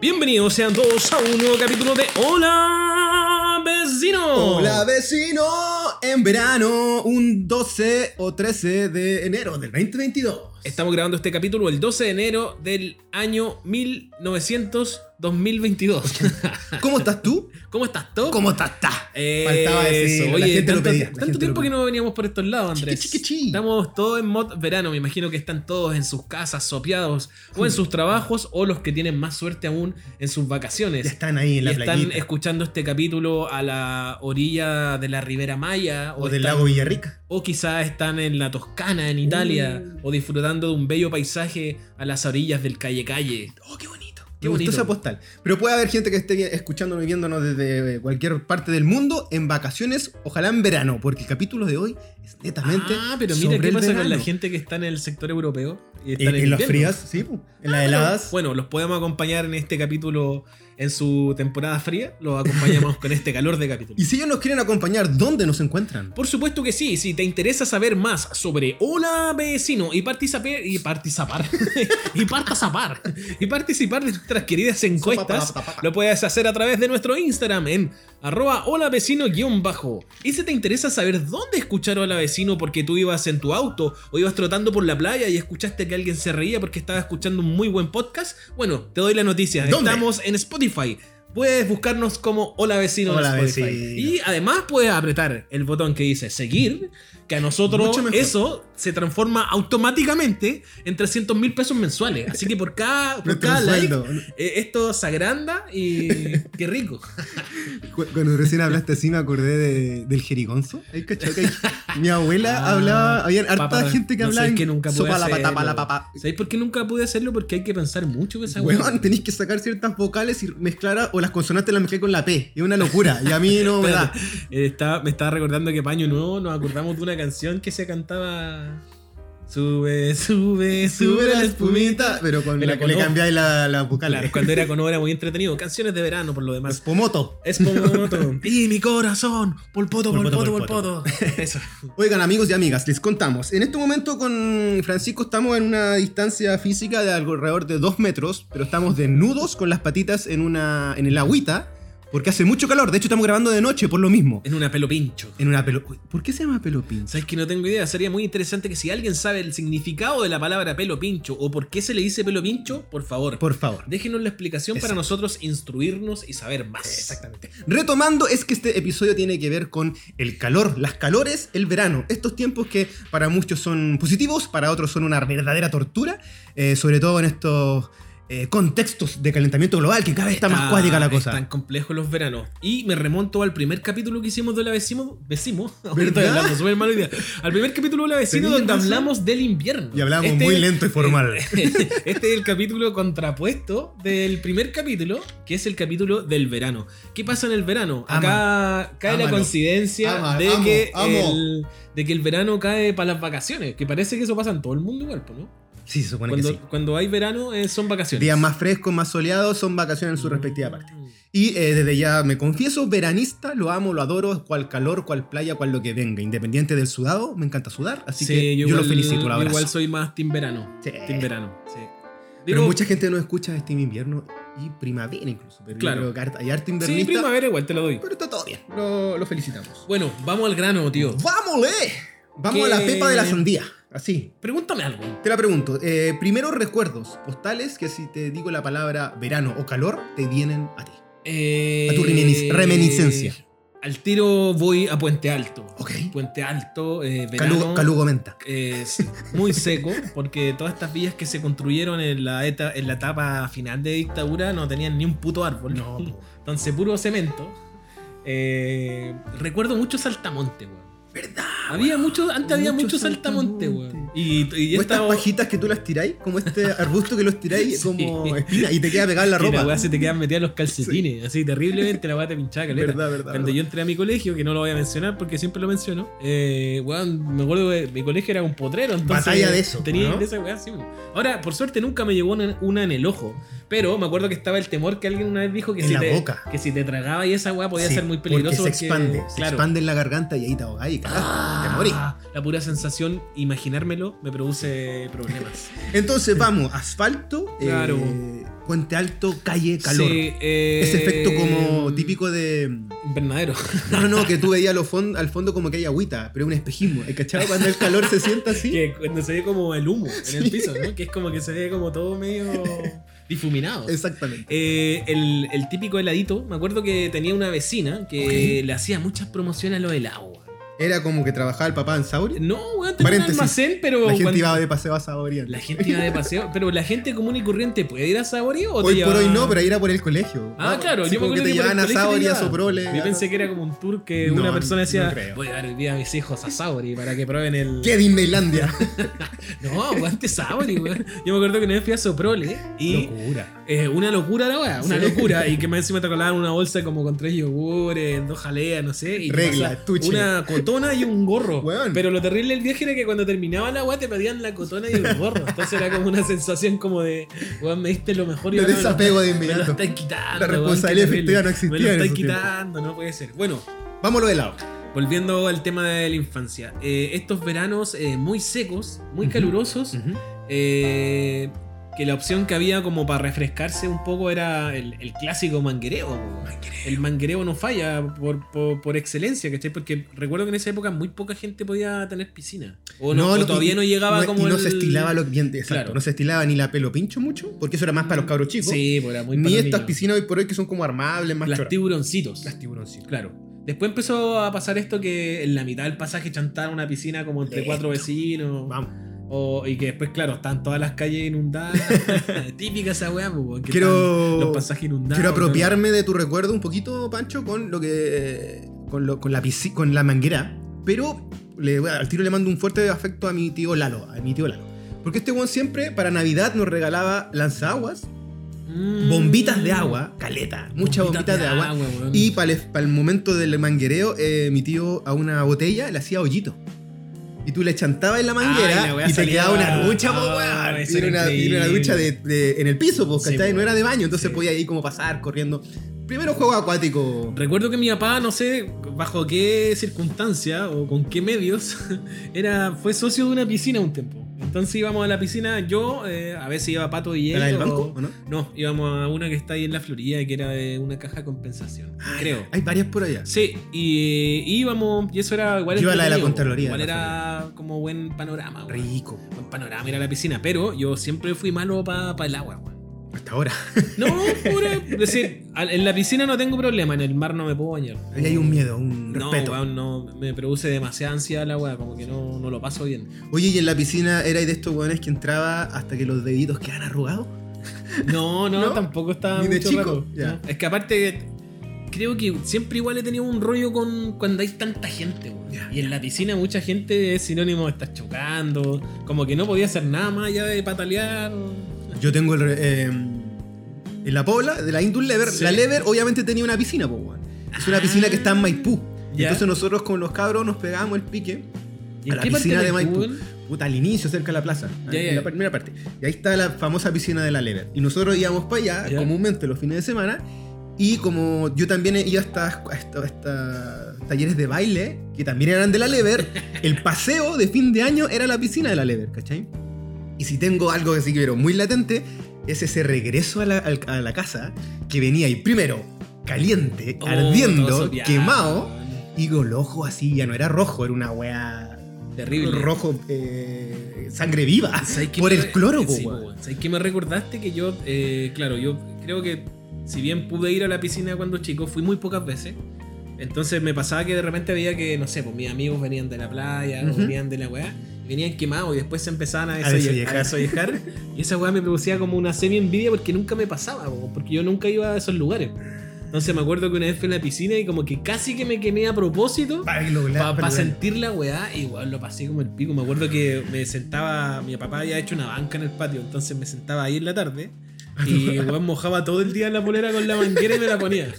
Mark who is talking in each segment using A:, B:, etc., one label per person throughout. A: Bienvenidos sean todos a un nuevo capítulo de Hola Vecino.
B: Hola vecino, en verano, un 12 o 13 de enero del 2022.
A: Estamos grabando este capítulo el 12 de enero del año 1900-2022.
B: ¿Cómo estás tú?
A: ¿Cómo estás, Top?
B: ¿Cómo estás? está?
A: Eh,
B: Faltaba eso, la
A: oye,
B: gente lo
A: tanto,
B: pedía, la
A: tanto
B: gente
A: tiempo
B: lo
A: que
B: pedía.
A: no veníamos por estos lados, Andrés.
B: Chiqui, chiqui, chi.
A: Estamos todos en mod verano. Me imagino que están todos en sus casas, sopeados, o en sus trabajos, o los que tienen más suerte aún en sus vacaciones.
B: Ya están ahí en la
A: y están
B: playita.
A: escuchando este capítulo a la orilla de la Ribera Maya
B: O del
A: están-
B: lago Villarrica.
A: o quizás están en la Toscana, en Italia,
B: Mm.
A: o disfrutando de un bello paisaje a las orillas del Calle Calle.
B: Oh, qué bonito.
A: Qué
B: Qué
A: bonito.
B: bonito esa postal. Pero puede haber gente que esté vi- escuchándonos y viéndonos desde eh, cualquier parte del mundo en vacaciones, ojalá en verano, porque el capítulo de hoy es netamente.
A: Ah, pero mira
B: sobre
A: qué
B: el
A: pasa con
B: verano.
A: la gente que está en el sector europeo. Y
B: En, Ah,
A: están
B: en las
A: invierno.
B: frías, sí, po. en las heladas.
A: Bueno, los podemos acompañar en este capítulo en su temporada fría. Los acompañamos con este calor de capítulo.
B: Y si ellos nos quieren acompañar, ¿dónde nos encuentran?
A: Por supuesto que sí, si te interesa saber más sobre Hola Vecino y participar y participar y participar y participar de nuestras queridas encuestas, lo puedes hacer a través de nuestro Instagram en arroba hola vecino guión bajo. Y si te interesa saber dónde escuchar Hola Vecino porque tú ibas en tu auto o ibas trotando por la playa y escuchaste que alguien se reía porque estaba escuchando un muy buen podcast, bueno, te doy la noticia.
B: ¿Dónde?
A: Estamos en Spotify. Puedes buscarnos como Hola Vecino en
B: Hola
A: Spotify.
B: Vecino.
A: Y además puedes apretar el botón que dice seguir, que a nosotros
B: Mucho mejor.
A: eso se transforma automáticamente en 300 mil pesos mensuales. Así que por cada, por
B: Nuestro
A: cada like,
B: sueldo.
A: eh, esto se agranda y qué rico.
B: Cu- Cuando recién hablaste así me acordé de- del jerigonzo. ¿Hay cachado que hay- Mi abuela
A: Ah,
B: hablaba, había harta
A: Papá,
B: gente que
A: no
B: hablaba
A: sé,
B: en
A: que nunca pude
B: sopa la
A: hacerlo.
B: pata, pa la papá.
A: ¿Sabéis por qué nunca pude hacerlo? Porque hay que pensar mucho en esa
B: Weón,
A: weá.
B: tenéis que sacar ciertas vocales y mezclar o las consonantes las mezclé con la P. Es una locura. Y a mí no me da.
A: Eh, estaba- me estaba recordando que Paño Nuevo nos acordamos de una canción que se cantaba. Sube, sube,
B: Sube la espumita. Pero con
A: Pero
B: la que
A: con
B: le
A: O.
B: cambiáis la, la vocal.
A: Claro, cuando era con obra muy entretenido. Canciones de verano, por lo demás.
B: Espumoto.
A: Es Polpoto. y mi corazón. Polpoto,
B: Polpoto,
A: polpoto, polpoto. Eso.
B: Oigan amigos y amigas, les contamos. En este momento con Francisco estamos en una distancia física de alrededor de 2 metros, pero estamos desnudos con las patitas en, una, en el agüita, porque hace mucho calor. De hecho estamos grabando de noche por lo mismo.
A: En una pelo pincho.
B: En una pelo... Uy, ¿Por qué se llama pelo pinza?
A: Sabes que no tengo idea. Sería muy interesante que si alguien sabe el significado de la palabra pelo pincho o por qué se le dice pelo pincho, por favor,
B: Por favor.
A: déjenos la explicación para
B: Exacto.
A: nosotros instruirnos y saber más.
B: Exactamente. Retomando, es que este episodio tiene que ver con el calor, las calores, el verano. Estos tiempos que para muchos son positivos, para otros son una verdadera tortura, eh, sobre todo en estos eh, contextos de calentamiento global, que cada vez está, más cuádica la cosa.
A: Ah, Están complejos los veranos. Y me remonto al primer capítulo que hicimos de la vecino. Vecimo. Ahorita
B: ¿Verdad?
A: hablando súper mal hoy día. Al primer capítulo de la vecino
B: Tenías
A: donde
B: razón.
A: hablamos del invierno.
B: Y hablamos
A: Este-
B: muy lento y formal.
A: este es el capítulo contrapuesto del primer capítulo, que es el capítulo del verano. ¿Qué pasa en el verano? Acá cae la
B: Ámalo.
A: coincidencia
B: Ama,
A: de,
B: amo,
A: que
B: amo.
A: El, de que el verano cae para las vacaciones, que parece que eso pasa en todo el mundo igual, po, ¿no?
B: sí, se supone
A: cuando,
B: que sí.
A: cuando hay verano eh, son vacaciones. Mm.
B: Días más frescos, más soleados, son vacaciones en su respectiva parte. Y eh, desde ya me confieso, veranista, lo amo, lo adoro, cual calor, cual playa, cual lo que venga. Independiente del sudado, me encanta sudar, así
A: Sí,
B: que yo,
A: igual-
B: lo felicito,
A: yo
B: lo abrazo.
A: Igual soy más team verano.
B: Sí.
A: Team verano, sí.
B: Pero
A: Digo,
B: mucha gente no escucha este invierno y primavera incluso. Pero yo
A: Claro.
B: creo que harta- hay harto
A: Sí,
B: invernista.
A: primavera igual te lo doy.
B: Pero está todo bien. Lo, lo felicitamos.
A: Bueno, vamos al grano, tío.
B: ¡Vámosle! Vamos
A: ¿Qué?
B: a la pepa de la sandía. Así.
A: Pregúntame algo.
B: Te la pregunto. eh, primero recuerdos postales que si te digo la palabra verano o calor, te vienen a ti.
A: Eh,
B: A tu reminis- reminiscencia.
A: Al tiro voy a Puente Alto.
B: Ok.
A: Puente Alto, eh, verano,
B: Calugo, calugo menta.
A: es muy seco, porque todas estas villas que se construyeron en la, eta- en la etapa final de dictadura no tenían ni un puto árbol.
B: No, po.
A: Entonces, puro cemento. Eh, recuerdo mucho saltamonte, weón.
B: ¿Verdad?
A: Había mucho, antes había
B: Mucho
A: mucho saltamonte,
B: saltamonte.
A: weón. Y, y
B: O estas
A: esta
B: pajitas que tú las tiráis, como este arbusto que los tiráis
A: Sí.
B: como espina y te queda pegada en la
A: que
B: ropa.
A: la weá se te quedan metidas en los calcetines, así terriblemente la weá te pinchaba caleta.
B: Verdad, verdad,
A: Cuando
B: verdad.
A: yo entré a mi colegio, que no lo voy a mencionar porque siempre lo menciono, eh, weón, me acuerdo que mi colegio era un potrero, entonces.
B: Batalla de eso,
A: Tenía
B: ¿no?
A: de esa weá, sí, weón. Ahora, por suerte nunca me llegó una, una en el ojo, pero me acuerdo que estaba el temor que alguien una vez dijo que,
B: En
A: si,
B: la
A: te,
B: boca.
A: que si te tragaba y esa weá podía
B: Sí,
A: ser muy peligroso.
B: Porque se expande, se
A: claro, ah,
B: expande en la garganta y ahí te ahogáis. cagaste. te morí.
A: La pura sensación, imaginármelo, me produce problemas.
B: Entonces vamos, asfalto, eh,
A: Claro.
B: puente alto, calle, calor.
A: Sí, eh,
B: Ese efecto como típico de...
A: Invernadero.
B: No, no, no, que tú veías lo fon- al fondo como que hay agüita, pero es un espejismo. ¿El cachado cuando el calor se sienta así?
A: Que cuando se ve como el humo en el piso, ¿no? Que es como que se ve como todo medio difuminado.
B: Exactamente.
A: Eh, el, el típico heladito, me acuerdo que tenía una vecina que le hacía muchas promociones a los helados. weón.
B: Era como que trabajaba el papá en Sauri.
A: No, weón, tenía un
B: Paréntesis.
A: almacén, pero
B: La gente
A: cuando-
B: iba de paseo a Sauri.
A: la gente iba de paseo. Pero la gente común y corriente puede ir a Saborío o te
B: Hoy por
A: lleva-
B: hoy no, pero ahí era por el colegio.
A: Ah,
B: No,
A: claro,
B: sí,
A: yo me
B: como
A: acuerdo
B: que te
A: por el
B: llevaban a
A: colegio te
B: Sauri, a
A: llevaban.
B: Soprole.
A: Yo
B: a-
A: pensé que era como un tour que
B: No,
A: una persona
B: no
A: decía,
B: creo.
A: voy a dar el día a mis hijos a Sauri para que prueben el...
B: ¡Qué Disneylandia!
A: No, aguante Sauri, weón. Yo me acuerdo que una vez fui a Soprole y...
B: Locura.
A: eh, una locura la weá, una
B: Sí.
A: locura. Y que más encima te colaban una bolsa como con tres yogures, dos jaleas, no sé. Y te
B: Regla,
A: pasaba
B: estuche.
A: Una cotona y un gorro.
B: Weón.
A: Pero lo terrible del viaje era que cuando terminaba la weá te pedían la cotona y el gorro. Entonces era como una sensación como de, weón, me diste lo mejor y
B: Me
A: ahora me lo-
B: desapego de
A: me lo
B: inmediato.
A: están quitando.
B: La
A: weón,
B: responsabilidad
A: qué terrible.
B: efectiva no existía
A: Me lo
B: en
A: están
B: esos tiempos.
A: quitando, no puede ser. Bueno,
B: Vámonos de lado.
A: volviendo al tema de la infancia. Eh, estos veranos eh, muy secos, muy
B: Ujú.
A: calurosos, eh, que la opción que había como para refrescarse un poco era el, el clásico manguereo. po. El manguereo no falla por, por, por excelencia, ¿cachai? Porque recuerdo que en esa época muy poca gente podía tener piscina. O, no, o
B: lo-
A: todavía no llegaba
B: no-
A: como
B: y no
A: el-
B: se estilaba lo bien, exacto,
A: Claro.
B: no se estilaba ni la pelo pincho mucho, porque eso era más para los cabros chicos.
A: Sí, pues era muy para
B: ni
A: los
B: estas
A: niños.
B: piscinas hoy por hoy que son como armables, más
A: Las
B: choras.
A: tiburoncitos.
B: Las tiburoncitos.
A: Claro. Después empezó a pasar esto que en la mitad del pasaje chantaron una piscina como entre
B: Listo.
A: cuatro vecinos.
B: Vamos.
A: O- y que después, claro, están todas las calles inundadas. Típica esa weá, po, weón, que
B: Quiero-
A: están los pasajes inundados.
B: Quiero apropiarme de tu recuerdo un poquito, Pancho, con lo que. con, lo- con la, pisci- con la manguera. Pero le, voy a- al tiro le mando un fuerte afecto a mi tío Lalo. A mi tío Lalo. Porque este weón siempre, para Navidad, nos regalaba lanzaguas,
A: Mm.
B: bombitas de agua, caleta, muchas bombitas, de, agua.
A: weón.
B: Y para el, para el momento del manguereo, eh, mi tío a una botella le hacía hoyito. Y tú le chantabas en la manguera
A: Ay, la weá
B: y te
A: salía.
B: quedaba una ducha, po,
A: Ah,
B: weón.
A: eso
B: Y era
A: era
B: una, y era una
A: increíble.
B: ducha de, de- en el piso, po,
A: Sí,
B: ¿cachai?
A: po.
B: No era de baño, entonces
A: Sí.
B: podía ir como pasar corriendo. Primero juego acuático.
A: Recuerdo que mi papá, no sé bajo qué circunstancia o con qué medios, era, fue socio de una piscina un tiempo. Entonces íbamos a la piscina, yo eh, a veces iba a Pato y
B: ¿Era del banco o no?
A: No, íbamos a una que está ahí en la Florida, que era de una caja de compensación,
B: Ah,
A: creo.
B: Hay varias por allá.
A: Sí, y, y íbamos, y eso era igual
B: Yo iba a la de la
A: entretenido,
B: Contraloría,
A: Igual
B: de la
A: era como buen panorama, weón.
B: Rico.
A: Buen panorama, era la piscina, pero yo siempre fui malo para el agua, weón.
B: Hasta ahora.
A: No, pura- es decir, al- en la piscina no tengo problema, en el mar no me puedo bañar.
B: Ahí hay un miedo, un
A: No,
B: respeto.
A: weón, no, me produce demasiada ansiedad la weá, como que no, no lo paso bien.
B: Oye, y en la piscina era de estos weones que entraba hasta que los deditos quedan arrugados.
A: No, no,
B: ¿No?
A: tampoco está
B: Ni de
A: mucho
B: chico,
A: rato,
B: ya.
A: ¿no? Es que aparte, creo que siempre igual he tenido un rollo con cuando hay tanta gente, weón.
B: Ya.
A: Y en la piscina mucha gente es sinónimo de estar chocando, como que no podía hacer nada más allá de patalear.
B: Yo tengo el. re- eh, en la Pobla, de la Indus Lever.
A: Sí. Ah.
B: La Lever obviamente tenía una piscina, po, weón. Es una piscina que está en Maipú.
A: Ya.
B: Entonces nosotros con los cabros nos pegábamos el pique.
A: ¿Y
B: A
A: en
B: la
A: qué parte
B: piscina de
A: Maipú,
B: Maipú.
A: weón?
B: Puta, al inicio, cerca de la plaza.
A: Ya,
B: en
A: ya.
B: la primera parte. Y ahí está la famosa piscina de la Lever. Y nosotros íbamos para allá,
A: Ya.
B: comúnmente los fines de semana. Y como yo también iba a estas- a esta- a estas talleres de baile, que también eran de la Lever, el paseo de fin de año era la piscina de la Lever, ¿cachai? Y si tengo algo que sí que veo muy latente, es ese regreso a la, al- a la casa que venía ahí primero caliente,
A: Oh, todo
B: ardiendo,
A: sopeado,
B: quemado,
A: weón.
B: y con el ojo así, ya no era rojo, era una wea
A: Terrible.
B: rojo, eh, sangre viva,
A: Ah, ¿Sabes qué
B: por
A: me-
B: el cloro, po,
A: sí, po,
B: weón.
A: weón. ¿Sabes qué me recordaste? Que yo, eh, claro, yo creo que si bien pude ir a la piscina cuando chico, fui muy pocas veces. Entonces me pasaba que de repente veía que, no sé, pues mis amigos venían de la playa, o
B: Ujú.
A: venían de la weá, y venían quemados y después se empezaban a
B: A
A: desollejar.
B: desollejar.
A: a desollejar. y esa weá me producía como una semi-envidia porque nunca me pasaba, po, porque yo nunca iba a esos lugares. Entonces me acuerdo que una vez fui a la piscina y como que casi que me quemé a propósito.
B: Para que lo-
A: Para
B: para-
A: sentir la weá, igual lo pasé como el pico. Me acuerdo que me sentaba, mi papá había hecho una banca en el patio, entonces me sentaba ahí en la tarde. Y weón mojaba todo el día la polera con la manguera y me la ponía.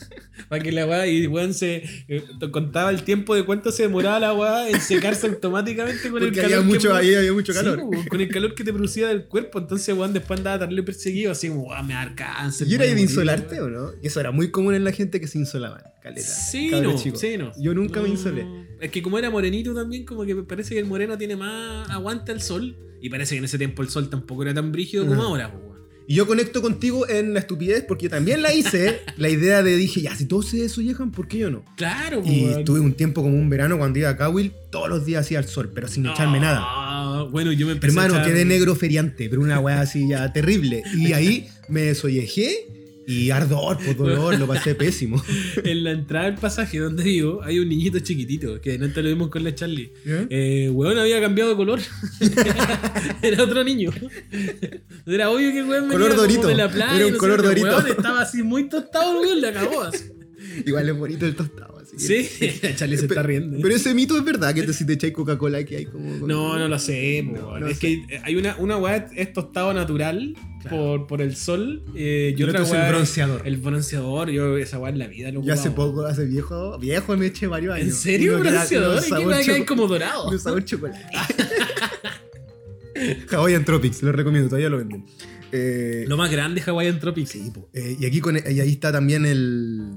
A: Para que la weá, y weón se eh, contaba el tiempo de cuánto se demoraba la weá en secarse automáticamente con
B: Porque
A: el calor.
B: había
A: que
B: mucho,
A: produ-
B: ahí había mucho
A: Sí,
B: calor.
A: po, con el calor que te producía del cuerpo. Entonces, weón, después andaba tan perseguido, así como, weón, me va a dar cáncer.
B: ¿Y era
A: me voy
B: de
A: a morir,
B: insolarte
A: weón.
B: o no? Y eso era muy común en la gente que se insolaban. Caleta.
A: Sí,
B: cabros
A: no,
B: chicos.
A: sí, no. Mm.
B: Yo nunca me
A: No.
B: insolé.
A: Es que como era morenito también, como que me parece que el moreno tiene más aguanta el sol. Y parece que en ese tiempo el sol tampoco era tan brígido como
B: Ajá.
A: ahora, po, weón.
B: Y yo conecto contigo en la estupidez porque yo también la hice. ¿eh? la idea de dije, ya, si todos se desollejan, ¿por qué yo no?
A: Claro, po,
B: Y
A: weón.
B: tuve un tiempo como un verano cuando iba a Cowell, todos los días hacía el sol, pero sin echarme nada.
A: Ah, Bueno, yo me empecé a
B: Hermano,
A: echar-
B: quedé negro feriante, pero una weá así ya terrible. Y ahí me desollejé y ardor, por dolor, lo pasé pésimo.
A: En la entrada del pasaje donde vivo hay un niñito chiquitito, que antes lo vimos con la Charlie. Eh, weón había cambiado de color. era otro niño. Era obvio que el weón
B: Color
A: venía como
B: dorito.
A: de la playa.
B: Era un
A: no sé,
B: color
A: pero
B: dorito.
A: weón estaba así muy tostado, el weón, la cagó así.
B: Igual es bonito el tostado, así. que-
A: Sí, la Charlie se está riendo.
B: Pero ese mito es verdad, que te, si te echáis Coca-Cola que hay como...
A: No, no lo sé, po,
B: No,
A: weón.
B: no
A: es que hay una, una weá es tostado natural
B: Claro.
A: por, por el sol eh, y
B: El
A: otra
B: otro es el
A: weá
B: bronceador.
A: El bronceador, yo esa weá en la vida lo
B: Yo hace
A: ocupaba.
B: poco, hace viejo, viejo me eché varios años.
A: ¿En serio
B: Uno que era-
A: bronceador?
B: uno
A: ¿Y qué
B: sabor
A: weá que hay
B: choco-
A: como dorado?
B: de sabor chocolate. Hawaiian Tropics, lo recomiendo, todavía lo venden. Eh,
A: Lo más grande es Hawaiian Tropics.
B: sí, po. Eh, y aquí con, y ahí está también el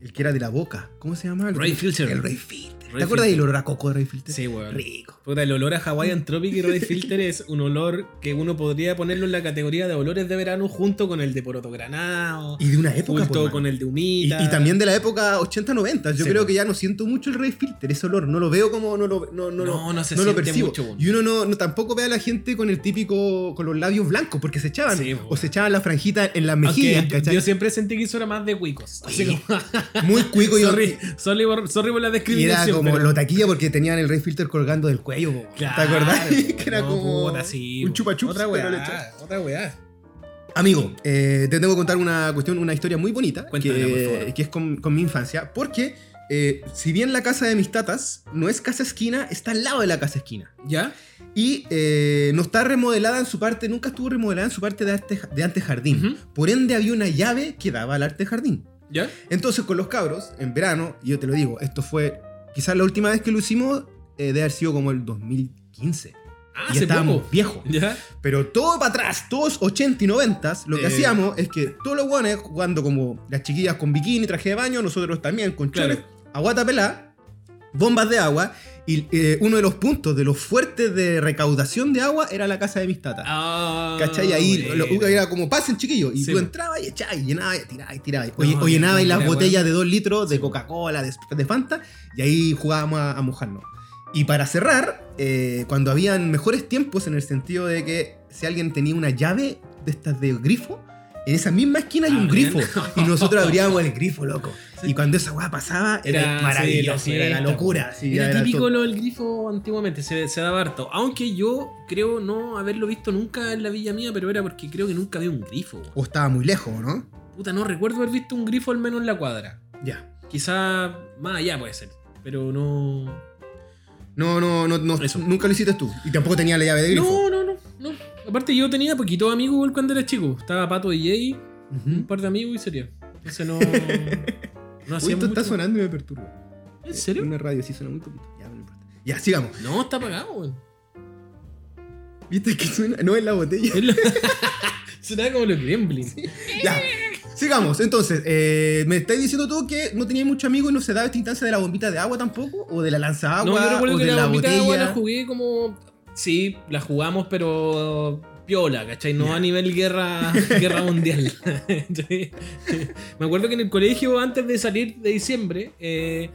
B: el que era de la boca. ¿Cómo se llama? El-
A: Ray Filter.
B: El Ray Filter.
A: Ray
B: ¿Te acuerdas del
A: Filter.
B: olor a coco de Ray Filter?
A: Sí, weón.
B: Rico.
A: Puta, el olor a Hawaiian Tropic y Red Filter es un olor que uno podría ponerlo en la categoría de olores de verano junto con el de poroto granado,
B: Y de una época, po,
A: junto
B: hermano.
A: con el de
B: Y,
A: humita.
B: y también de la época 80-90. Yo
A: Sí,
B: creo
A: po.
B: que ya no siento mucho el Ray Filter, ese olor. No lo veo como. No lo, no, no, lo-
A: No, no se
B: no lo
A: siente
B: percibo.
A: mucho, po.
B: y uno no, no- tampoco ve a la gente con el típico. con los labios blancos, porque se echaban.
A: Sí, po.
B: o se echaban la franjita en las
A: Aunque
B: mejillas,
A: yo-
B: ¿cachai?
A: yo siempre sentí que eso era más de huicos. Así
B: Sí.
A: como,
B: Muy cuico y,
A: sorry, sorry, por, sorry por la
B: y era
A: descripción.
B: como
A: pero-
B: lo taquilla porque tenían el Ray Filter colgando del cuello. po.
A: Claro,
B: ¿Te acordás? que era
A: no,
B: como.
A: puta, sí,
B: un
A: po.
B: chupa chups,
A: Otra
B: pero le
A: weá.
B: echaban.
A: Otra weá.
B: Amigo, eh, te tengo que contar una cuestión, una historia muy bonita
A: Cuéntamela, por
B: que,
A: favor.
B: que es con, con mi infancia, porque eh, si bien la casa de mis tatas no es casa esquina, está al lado de la casa esquina.
A: ¿Ya?
B: Y eh, no está remodelada en su parte, nunca estuvo remodelada en su parte de, arte, de antejardín.
A: Ujú.
B: Por ende había una llave que daba al arte jardín.
A: ¿Ya?
B: Entonces con los cabros, en verano, y yo te lo digo, esto fue quizás la última vez que lo hicimos, eh, debe haber sido como el 2015.
A: Ah,
B: ya
A: hace
B: estábamos
A: poco.
B: viejos.
A: ¿Ya?
B: Pero todo para atrás, todos 80 y 90, lo que
A: Eh.
B: hacíamos es que todos los guanes jugando como las chiquillas con bikini, traje de baño, nosotros también con
A: Claro.
B: chores, aguata pelá, bombas de agua. Y eh, uno de los puntos de los fuertes de recaudación de agua era la casa de mis tatas.
A: Ah,
B: ¿Cachai? Ahí
A: bueno.
B: lo- era como pasen, chiquillos. Y
A: Sí,
B: tú
A: po.
B: entrabas y echabas, y llenabas, y tirabas, y tirabas. Oye,
A: No,
B: o llenabas
A: no,
B: las
A: mira,
B: botellas de 2 litros de Coca-Cola, de, de Fanta, y ahí jugábamos a, a mojarnos. Y para cerrar, eh, cuando habían mejores tiempos en el sentido de que si alguien tenía una llave de estas de grifo, en esa misma esquina hay un
A: Abrían.
B: grifo. Y nosotros abríamos el grifo, loco. Y cuando esa weá pasaba, era,
A: Era- sí,
B: maravilloso,
A: la
B: era la
A: fiesta,
B: locura. sí, ya
A: Era típico
B: todo.
A: lo del grifo antiguamente, se, se daba harto. Aunque yo creo no haberlo visto nunca en la villa mía, pero era porque creo que nunca había un grifo. weón.
B: O estaba muy lejos, ¿no?
A: Puta, no recuerdo haber visto un grifo al menos en la cuadra.
B: Ya.
A: Quizá más allá puede ser, pero no.
B: No, no, no, no
A: Eso.
B: nunca lo hiciste tú. Y tampoco tenía la llave de grifo.
A: No, no, no, no. Aparte, yo tenía poquito amigos igual cuando era chico. Estaba Pato DJ,
B: Ujú.
A: un par de amigos y sería. Entonces no. No
B: Uy,
A: hacía
B: esto está
A: mucho.
B: sonando y me perturba.
A: ¿En serio?
B: Una radio, sí, suena muy poquito. Ya, no importa. Ya, sigamos.
A: No, está apagado, weón.
B: ¿Viste que suena? No es la botella.
A: Es lo- Sonaba como los Gremlins.
B: Ya. Sigamos. Entonces, eh, me estáis diciendo tú que no tenías mucho amigo y no se daba esta instancia de la bombita de agua tampoco, o de la lanza agua,
A: No, yo recuerdo
B: o
A: que
B: de
A: la,
B: la,
A: bombita de
B: botella.
A: agua la jugué como. Sí, la jugamos, pero piola, ¿cachai? No a nivel guerra, guerra mundial. Sí. Me acuerdo que en el colegio, antes de salir de diciembre, eh,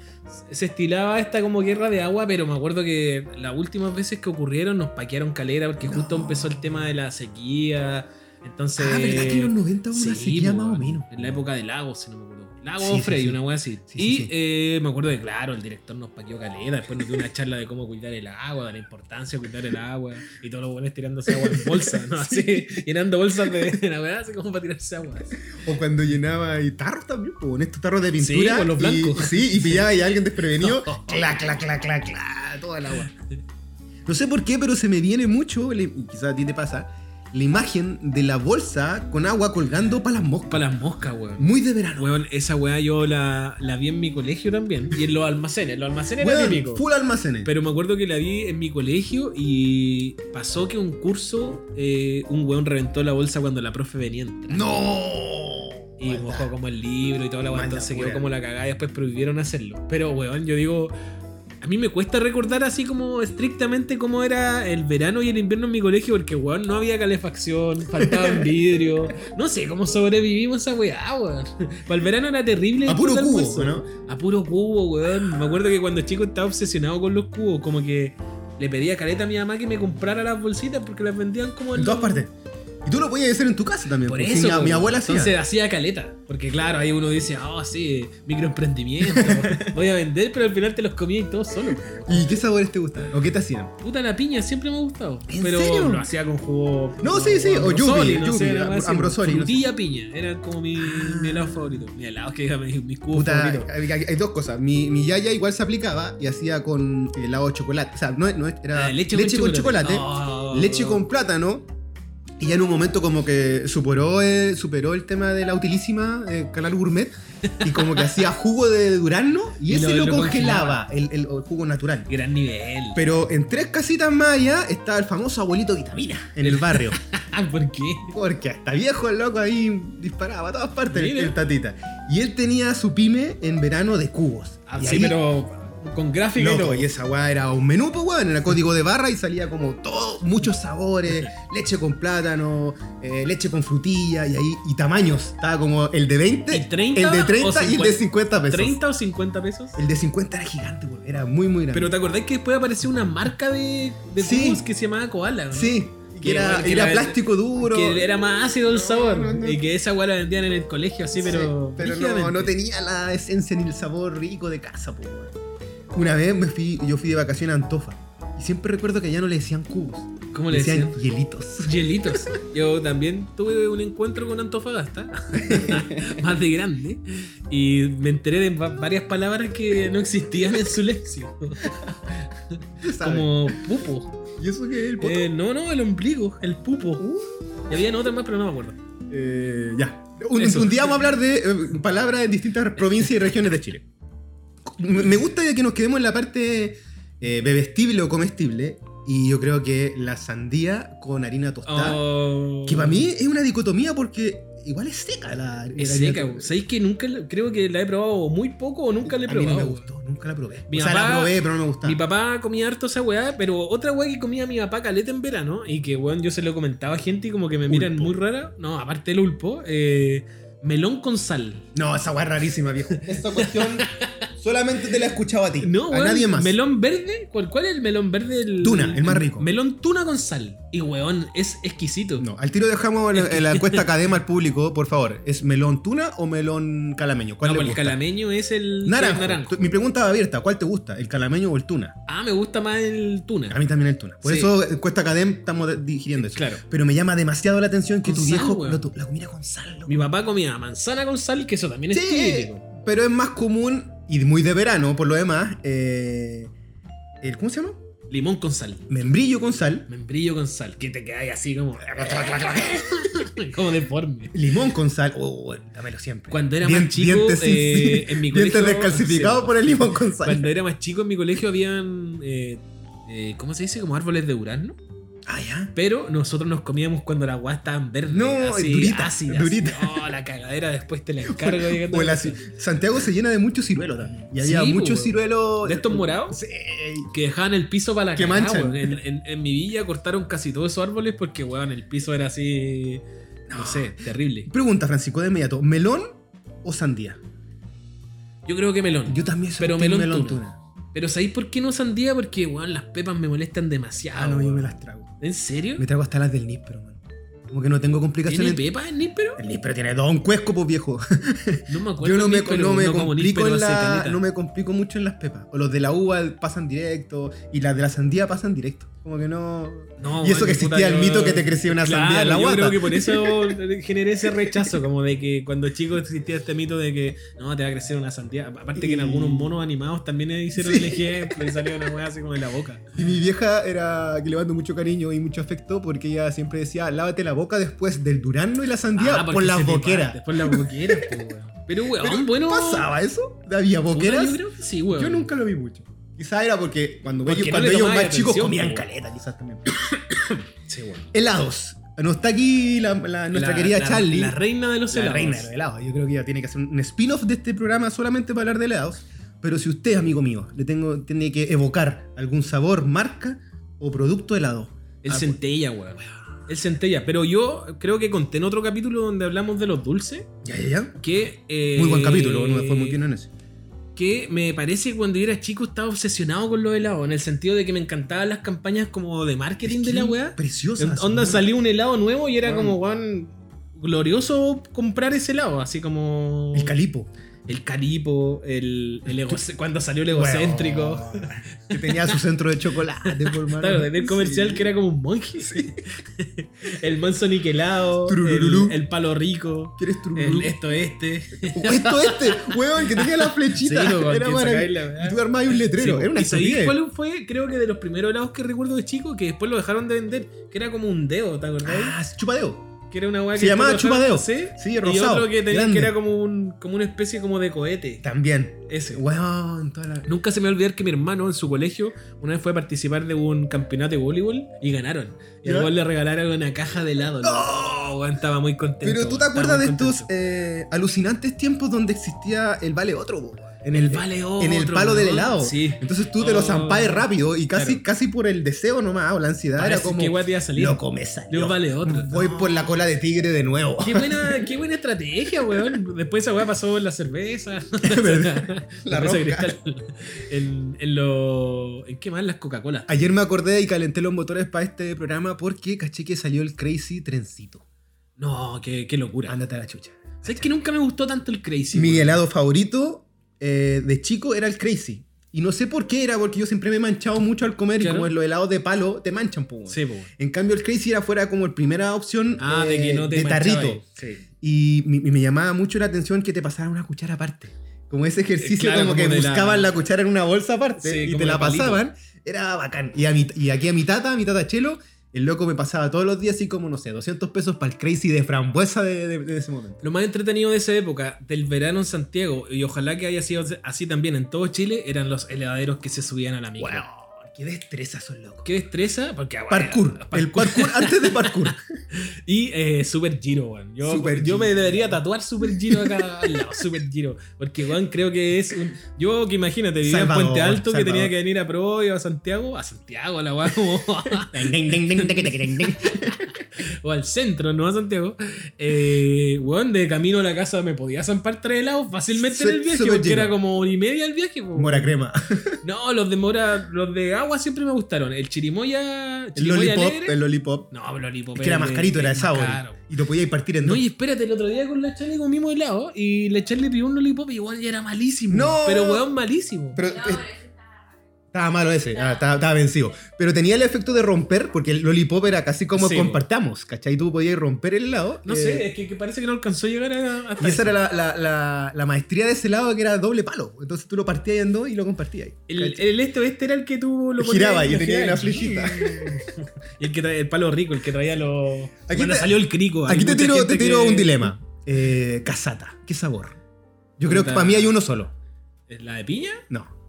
A: se estilaba esta como guerra de agua, pero me acuerdo que las últimas veces que ocurrieron nos paquearon calera porque justo
B: No.
A: empezó el tema de la sequía. Entonces.
B: Ah, ¿verdad que en los 90 hubo una
A: Sí,
B: sequía
A: po,
B: más o
A: weón.
B: menos?
A: En la época de Lagos, si no me acuerdo. Lagos
B: Sí, sí,
A: Freddy,
B: sí.
A: una wea así.
B: Sí, sí,
A: y
B: sí.
A: eh, me acuerdo que, claro, el director nos paqueó caleta. Después nos dio una charla de cómo cuidar el agua, de la importancia de cuidar el agua. Y todos los buenos tirándose agua en bolsa, ¿no? Así, llenando bolsas de, de la weá, así como para tirarse agua.
B: O cuando llenaba y tarros también, po, en estos tarros de pintura.
A: Sí, con los
B: y-
A: blancos.
B: sí, y pillaba ahí a alguien desprevenido. clac, clac, clac, clac, clac, toda el agua. No sé por qué, pero se me viene mucho, le- y quizás a ti te pasa, la imagen de la bolsa con agua colgando para las moscas.
A: Para las moscas, weón.
B: Muy de verano.
A: Weón, esa weá yo la, la vi en mi colegio también. Y en los almacenes. Los almacenes
B: Weón,
A: era típico.
B: full almacenes.
A: Pero me acuerdo que la vi en mi colegio y pasó que un curso, eh, un weón reventó la bolsa cuando la profe venía a entrar.
B: ¡No!
A: Y
B: Maldad.
A: mojó como el libro y toda la weá,
B: Maldad,
A: entonces quedó
B: weón.
A: como la cagada y después prohibieron hacerlo. Pero weón, yo digo, a mí me cuesta recordar así como estrictamente cómo era el verano y el invierno en mi colegio, porque weón no había calefacción, faltaban vidrio. No sé cómo sobrevivimos a esa weá, weón. Para el verano era terrible.
B: A puro
A: el
B: cubo,
A: almuerzo.
B: ¿no?
A: A puro cubo, weón. Me acuerdo que cuando chico estaba obsesionado con los cubos, como que le pedía caleta a mi mamá que me comprara las bolsitas porque las vendían como
B: En
A: el
B: todas partes. Y tú lo podías hacer en tu casa también.
A: por
B: porque
A: eso.
B: mi- Mi,
A: pues,
B: abuela hacía.
A: Entonces hacía caleta. Porque claro, ahí uno dice, ah, oh, sí, microemprendimiento. voy a vender, pero al final te los comía y todo solo. pues.
B: ¿Y qué sabores te gustan? ¿O qué te hacían?
A: Puta la piña, siempre me ha gustado.
B: ¿En
A: pero
B: serio?
A: lo hacía con jugo.
B: No,
A: con
B: sí, sí, o
A: Ambrosoli,
B: yupi,
A: no sé,
B: yupi,
A: algo así.
B: Ambrosoli, no sé. Ah.
A: Frutilla piña. Era como mi, mi helado favorito. Mi helado, que era mi, mi cubo
B: Puta,
A: favorito.
B: hay, hay- hay dos cosas. Mi, mi yaya igual se aplicaba y hacía con eh, helado de chocolate. O sea, no, no era
A: Ah,
B: leche, con chocolate,
A: Oh.
B: leche con plátano. Y ya en un momento como que superó el, superó el tema de la utilísima eh, Canal Gourmet y como que hacía jugo de durazno y
A: Y
B: ese
A: lo- lo
B: lo, congelaba, el, el- el jugo natural.
A: Gran nivel.
B: Pero en tres casitas más allá estaba el famoso abuelito vitamina en el barrio.
A: ¿Por qué?
B: Porque hasta viejo el loco ahí disparaba a todas partes el,
A: Mira.
B: el tatita. Y él tenía su pyme en verano de cubos. Y
A: Ah, sí,
B: ahí,
A: pero con gráfico y
B: loco,
A: todo.
B: y esa weá era un menú, pues weón, era código de barra y salía como todo, muchos sabores, leche con plátano, eh, leche con frutilla y ahí, y tamaños. Estaba como el de 20,
A: ¿El 30
B: el de 30
A: o
B: y el de 50 pesos.
A: 30 o 50 pesos.
B: El de 50 era gigante, weón, era muy, muy grande.
A: Pero te acordás que después apareció una marca de, de
B: Sí.
A: cubos que se llamaba Koala, ¿no?
B: sí, que,
A: que
B: era,
A: bueno, que
B: era
A: la-
B: plástico duro.
A: Que era más ácido el sabor.
B: no, no.
A: Y que esa weá la vendían en el colegio así, pero.
B: Sí, pero no,
A: rígidamente.
B: no tenía la esencia ni el sabor rico de casa, po, weón. Una vez me fui, yo fui de vacaciones a Antofa. Y siempre recuerdo que allá no le decían cubos.
A: ¿Cómo le decían?
B: hielitos.
A: Hielitos. Yo también tuve un encuentro con Antofagasta, más de grande, y me enteré de va- varias palabras que no existían en su léxico.
B: ¿sabes?
A: Como pupo.
B: ¿Y eso qué es el poto?
A: Eh, no, no, el ombligo, el pupo.
B: Uh,
A: Y había otras más, pero no me acuerdo.
B: eh, ya. Un,
A: Eso.
B: un día vamos a hablar de eh, palabras en distintas provincias y regiones de Chile. Me me gusta que nos quedemos en la parte eh, bebestible o comestible. Y yo creo que la sandía con harina tostada.
A: Oh.
B: Que para mí es una dicotomía porque igual es seca la.
A: Es
B: la
A: seca,
B: harina-
A: weón. ¿Sabéis que nunca, la- creo que la he probado muy poco o nunca la he
B: A mí
A: probado?
B: no me
A: weón?
B: gustó, nunca la probé.
A: Mi
B: o sea, la
A: papá-
B: probé, pero no me gustaba.
A: Mi papá comía harto esa weá, pero otra weá que comía mi papá caleta en verano y que weón yo se lo comentaba a gente y como que me miran
B: Ulpo.
A: muy rara. No, aparte del ulpo, eh, melón con sal.
B: No, esa weá es rarísima, viejo. Esa cuestión solamente te la he escuchado a ti.
A: No,
B: a
A: weón,
B: nadie más.
A: Melón verde, ¿cuál, cuál es el melón verde? El-
B: Tuna, el más rico.
A: Melón tuna con sal. Y weón, es exquisito.
B: No, al tiro dejamos la, la encuesta academa al público, por favor. ¿Es melón tuna o melón calameño? ¿Cuál
A: No,
B: le
A: pues el
B: gusta?
A: calameño es el
B: Naranjo.
A: el naranjo.
B: Tu- Mi pregunta abierta, ¿cuál te gusta? ¿El calameño o el tuna?
A: Ah, me gusta más el
B: A
A: tuna.
B: mí también el tuna. Por
A: Sí.
B: eso eh, encuesta academa estamos de- digiriendo eso.
A: Claro.
B: Pero me llama demasiado la atención que
A: Con
B: tu
A: sal,
B: viejo
A: weón.
B: lo tu- la comiera con sal. loco.
A: Mi papá comía manzana con sal, que eso también es
B: Sí,
A: típico.
B: pero es más común y muy de verano, por lo demás. eh, el, ¿Cómo se llama?
A: Limón con sal.
B: Membrillo con sal.
A: Membrillo con sal, que te quedáis así como. como deforme.
B: Limón con sal. Oh, dámelo siempre.
A: Cuando era
B: Dien-
A: más chico,
B: dientes sin-
A: eh, en mi
B: dientes
A: colegio.
B: descalcificados
A: sí,
B: por el limón con sal.
A: Cuando era más chico, en mi colegio habían. eh, eh, ¿Cómo se dice? Como árboles de durazno.
B: Ah, ya.
A: Pero nosotros nos comíamos cuando las guas estaban verdes.
B: No,
A: así,
B: durita,
A: ácidas.
B: durita.
A: No, la cagadera después te la encargo. llegando
B: O
A: a
B: la-
A: casa.
B: Santiago se llena de muchos ciruelos también. Y
A: Sí,
B: había muchos
A: po.
B: ciruelos.
A: ¿De estos morados?
B: Sí.
A: Que dejaban el piso para la
B: Que
A: cagada,
B: manchan.
A: weón. En, en- en mi villa cortaron casi todos esos árboles porque, weón, el piso era así. No sé, terrible.
B: Pregunta, Francisco, de inmediato: ¿melón o sandía?
A: Yo creo que melón.
B: Yo también soy
A: Pero
B: team
A: melón tuna. Pero ¿sabéis por qué no sandía? Porque, weón, las pepas me molestan demasiado.
B: Ah, no, yo
A: weón.
B: me las trago.
A: ¿En serio?
B: Me trago hasta las del NIP, pero man. Como que no tengo
A: ¿Tiene
B: complicaciones.
A: pepa el níspero?
B: El níspero tiene dos, un cuesco, pues viejo.
A: No me acuerdo.
B: Yo no
A: el
B: me,
A: níspero,
B: no me
A: no como
B: complico
A: níspero
B: en
A: hace
B: la-
A: caleta.
B: no me complico mucho en las pepas. O los de la uva pasan directo y las de la sandía pasan directo. Como que no.
A: No,
B: y
A: man,
B: eso que
A: puta,
B: existía el
A: yo-
B: mito que te crecía una
A: Claro,
B: sandía en la
A: yo
B: guata.
A: creo que por eso generé ese rechazo, como de que cuando chico existía este mito de que no, te va a crecer una sandía. Aparte que en
B: Y-
A: algunos monos animados también hicieron el ejemplo y salió una weá así como de la boca.
B: Y mi vieja era que le mando mucho cariño y mucho afecto porque ella siempre decía, lávate la boca después del durazno y la sandía
A: Ah, porque
B: por las
A: se te
B: boqueras.
A: parte, Por las boqueras, po, weón. Pero weón,
B: Pero,
A: bueno.
B: ¿Pasaba eso? ¿Había
A: puta,
B: boqueras?
A: Yo
B: yo,
A: creo que sí, weón.
B: nunca lo vi mucho. Quizá era porque cuando
A: Porque
B: ellos,
A: no
B: cuando
A: le
B: ellos
A: tomaba
B: más chicos
A: atención,
B: comían
A: po.
B: caleta, quizás también.
A: Sí, weón.
B: Helados. No está aquí la- la- nuestra
A: La-
B: querida
A: la-
B: Charlie.
A: La reina de los
B: la
A: helados.
B: reina de los helados. Yo creo que ella tiene que hacer un spin-off de este programa solamente para hablar de helados. Pero si usted, amigo mío, le tengo, tiene que evocar algún sabor, marca o producto helado.
A: El
B: Ah, pues.
A: centella, weón. El centella. Pero yo creo que conté en otro capítulo donde hablamos de los dulces.
B: Ya, ya, ya.
A: Que, eh,
B: Muy buen capítulo, no me fue muy bien en ese.
A: que me parece que cuando yo era chico estaba obsesionado con los helados, en el sentido de que me encantaban las campañas como de marketing de la weá.
B: Preciosa.
A: En- Onda salió un helado nuevo y era
B: Weón.
A: como, weón, glorioso comprar ese helado, así como...
B: El calipo.
A: el calipo, el, el egoc- cuando salió el egocéntrico.
B: Bueno, que tenía su centro de chocolate, por mano.
A: Claro, desde el comercial que era como un monje. el manso niquelado,
B: Turururú.
A: el, el palo rico,
B: ¿Quieres tu
A: el esto este.
B: Esto este, huevón, que tenía la flechita.
A: Sí, weón,
B: era
A: que sacáis la
B: maravilloso.
A: weá.
B: Y tú armabas un letrero.
A: Sí,
B: era una
A: ¿Y sabéis
B: estupidez.
A: cuál fue? Creo que de los primeros helados que recuerdo de chico, que después lo dejaron de vender, que era como un dedo, ¿te acordáis?
B: Ah, chupadeo.
A: que era una weá que.
B: se llamaba
A: después lo
B: chupadeo.
A: dejaron- Sí.
B: Sí,
A: Y
B: rosado.
A: otro que, tenía, que
B: grande.
A: era como, un, como una especie como de cohete.
B: También.
A: Ese.
B: Weón, toda la.
A: Nunca se me va a olvidar que mi hermano en su colegio una vez fue a participar de un campeonato de voleibol y ganaron. Y al
B: ¿Ya?
A: weón le regalaron una caja de helado. No, weón, estaba muy contento.
B: Pero tú te
A: weón, estaba
B: acuerdas de
A: muy
B: estos
A: contento.
B: eh, alucinantes tiempos donde existía el vale otro, weón? En el,
A: Vale
B: en el
A: otro,
B: palo del
A: weón.
B: helado.
A: Sí.
B: Entonces tú te lo
A: Oh.
B: zampabas rápido y casi,
A: Claro.
B: casi por el deseo nomás o la ansiedad era
A: Parece
B: como.
A: que igual te iba a salir.
B: Lo come salió.
A: Dios, vale otro.
B: Voy
A: No.
B: por la cola de tigre de nuevo.
A: Qué buena, qué buena estrategia, weón. Después esa weá pasó en la cerveza.
B: La
A: cerveza
B: rosca.
A: cristal. En, en lo. ¿En qué más? Las Coca-Cola.
B: Ayer me acordé y calenté los motores para este programa porque caché que salió el Crazy Trencito.
A: No, qué, qué locura.
B: Ándate a la chucha.
A: ¿Sabes que nunca me gustó tanto el Crazy?
B: Mi
A: weón?
B: helado favorito eh, de chico era el Crazy. Y no sé por qué era, porque yo siempre me he manchado mucho al comer
A: Claro.
B: y como los helados de palo te manchan, po, weón.
A: Sí, po, weón.
B: En cambio, el Crazy era fuera como la primera opción
A: Ah, de
B: eh,
A: que no te
B: de
A: manchaba
B: tarrito.
A: ahí. Sí.
B: Y me, me llamaba mucho la atención que te pasara una cuchara aparte. Como ese ejercicio,
A: Eh, claro,
B: como,
A: como
B: que
A: de la-
B: buscaban la... cuchara en una bolsa aparte
A: Sí,
B: y
A: como
B: te
A: de
B: la
A: palito.
B: pasaban, era bacán. Y, a mi- y aquí a mi tata, a mi tata Chelo, el loco me pasaba todos los días así como, no sé, 200 pesos para el crazy de frambuesa de, de- de ese momento.
A: Lo más entretenido de esa época, del verano en Santiago, y ojalá que haya sido así también en todo Chile, eran los heladeros que se subían a la micro.
B: ¡Wow! ¡Qué destreza son locos!
A: Qué destreza, porque ah, bueno,
B: Parkour, el parkour antes de parkour.
A: Y eh, Super Giro, weón. Yo,
B: Super
A: yo
B: Giro.
A: me debería tatuar Super Giro acá al lado, Super Giro. Porque, weón, creo que es un. Yo que imagínate, vivía
B: Salvador,
A: en Puente Alto
B: Salvador.
A: que tenía que venir a Pro y a Santiago, a Santiago, a la weá, como- o al centro, no a Santiago. Eh, weón, de camino a la casa me podía zampar tres helados fácilmente en el
B: Su-
A: viaje,
B: Super
A: porque
B: Giro.
A: era como hora y media el viaje, po.
B: Mora crema.
A: No, los de mora, los de agua siempre me gustaron. El chirimoya.
B: El
A: chirimoya
B: lollipop,
A: alegre.
B: el lollipop.
A: No, pero lollipop.
B: Es que era más carito, era de
A: más
B: sabor.
A: caro.
B: Y lo podías partir en
A: No,
B: dos.
A: y espérate, el otro día con la Charlie comimos helado y la Charlie pidió un lollipop y igual ya era malísimo.
B: No.
A: Pero weón, malísimo.
B: Pero,
C: No,
B: eh,
C: pero ese está-
B: Estaba malo ese, ah, estaba, estaba vencido. Pero tenía el efecto de romper, porque el lollipop era casi como
A: Sí,
B: compartamos, ¿cachai? Tú podías romper el lado.
A: no
B: eh,
A: sé, es que, que parece que no alcanzó a llegar a, hasta
B: Y esa
A: ahí.
B: era la, la- la- la maestría de ese lado que era doble palo. Entonces tú lo partías en dos y lo compartías.
A: el,
B: ¿cachai?
A: el este este era el que tú lo
B: Giraba
A: ponías
B: y tenía
A: giraba.
B: una flechita.
A: Y el que traía el palo rico, el que traía los.
B: Aquí
A: Cuando
B: te-
A: salió el crico. Pues hay
B: Aquí te
A: mucha
B: tiro,
A: gente
B: te tiro
A: que-
B: un dilema. Eh, casata, ¿qué sabor? Yo creo que
A: Puta.
B: para mí hay uno solo.
A: ¿La de piña? Oh.
B: No,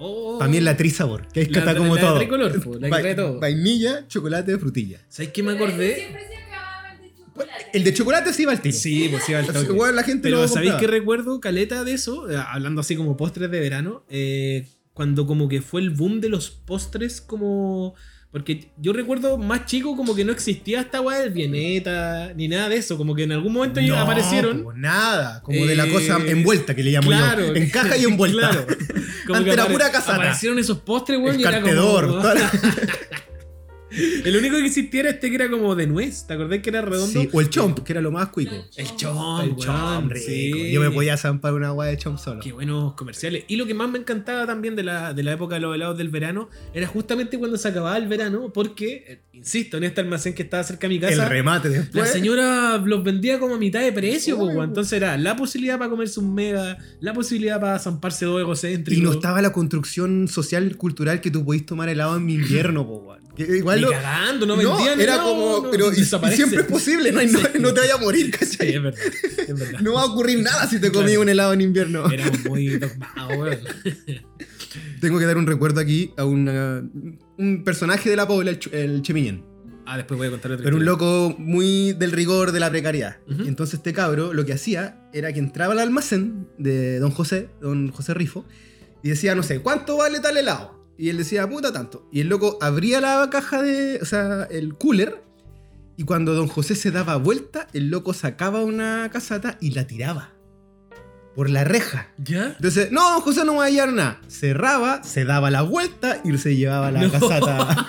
A: O...
B: para mí es la trisabor, que es que
A: La-
B: está como
A: la de
B: todo.
A: tricolor, po, la que
B: Va-
A: trae todo.
B: Vainilla, chocolate, frutilla.
A: ¿Sabes qué me
C: pero ese
A: acordé? Pues, eh,
C: Siempre se acababa el de chocolate.
B: El de chocolate sí va al tiro.
A: Sí, pues sí, al toque.
B: Igual la gente
A: Pero
B: lo
A: ¿sabéis
B: compraba.
A: que recuerdo, Caleta, de eso? Eh, Hablando así como postres de verano, eh, cuando como que fue el boom de los postres como... Porque yo recuerdo más chico como que no existía esta weá del Vieneta, ni nada de eso, como que en algún momento
B: No,
A: aparecieron...
B: po, nada, como de la
A: Eh,
B: cosa envuelta que le llamo
A: claro.
B: yo. En caja y envuelta.
A: Claro. Como
B: Antes era
A: apare-
B: pura casata.
A: Aparecieron esos postres, weón,
B: El
A: y era como-
B: cartedor. toda la-
A: El único que existiera este que era como de nuez, ¿te acordás que era redondo?
B: Sí, o el chomp, que era lo más cuico.
A: El chomp,
B: El chomp, rico.
A: sí.
B: Yo me podía zampar una agua de chomp solo.
A: Qué buenos comerciales. Y lo que más me encantaba también de la, de la época de los helados del verano era justamente cuando se acababa el verano, porque, eh, insisto, en este almacén que estaba cerca de mi
B: El
A: casa,
B: remate
A: la
B: después.
A: señora los vendía como a mitad de precio,
B: Uy,
A: po,
B: po.
A: weón. entonces era la posibilidad para comerse un mega, la posibilidad para zamparse dos egocéntricos.
B: Y no estaba la construcción social, cultural que tú podías tomar helado en mi invierno, po, weón. Que Igual
A: Ni
B: lo-
A: cagando, no vendían
B: era
A: helado,
B: como.
A: no,
B: pero y- y
A: desaparece.
B: siempre es posible, no, hay- no-
A: Sí.
B: no te vaya a morir,
A: Sí,
B: ¿cachai?
A: es verdad, es verdad.
B: No va a ocurrir nada si te comí
A: Claro.
B: un helado en invierno.
A: Éramos muy dogmados, weón.
B: Tengo que dar un recuerdo aquí a una- un personaje de la Pobla, el, Chu- el Chemiñén.
A: Ah, después voy a contar otra
B: Pero un
A: historia.
B: loco muy del rigor de la precariedad.
A: Ujú.
B: Y Entonces este cabro lo que hacía era que entraba al almacén de don José, don José Rifo, y decía, no sé, ¿cuánto vale tal helado? Y él decía, puta tanto. Y el loco abría la caja de, o sea, el cooler, y cuando don José se daba vuelta, el loco sacaba una casata y la tiraba. Por la reja.
A: ¿Ya?
B: Entonces, no, don José no me va a llevar nada. Cerraba, se daba la vuelta y se llevaba la
A: No.
B: casata.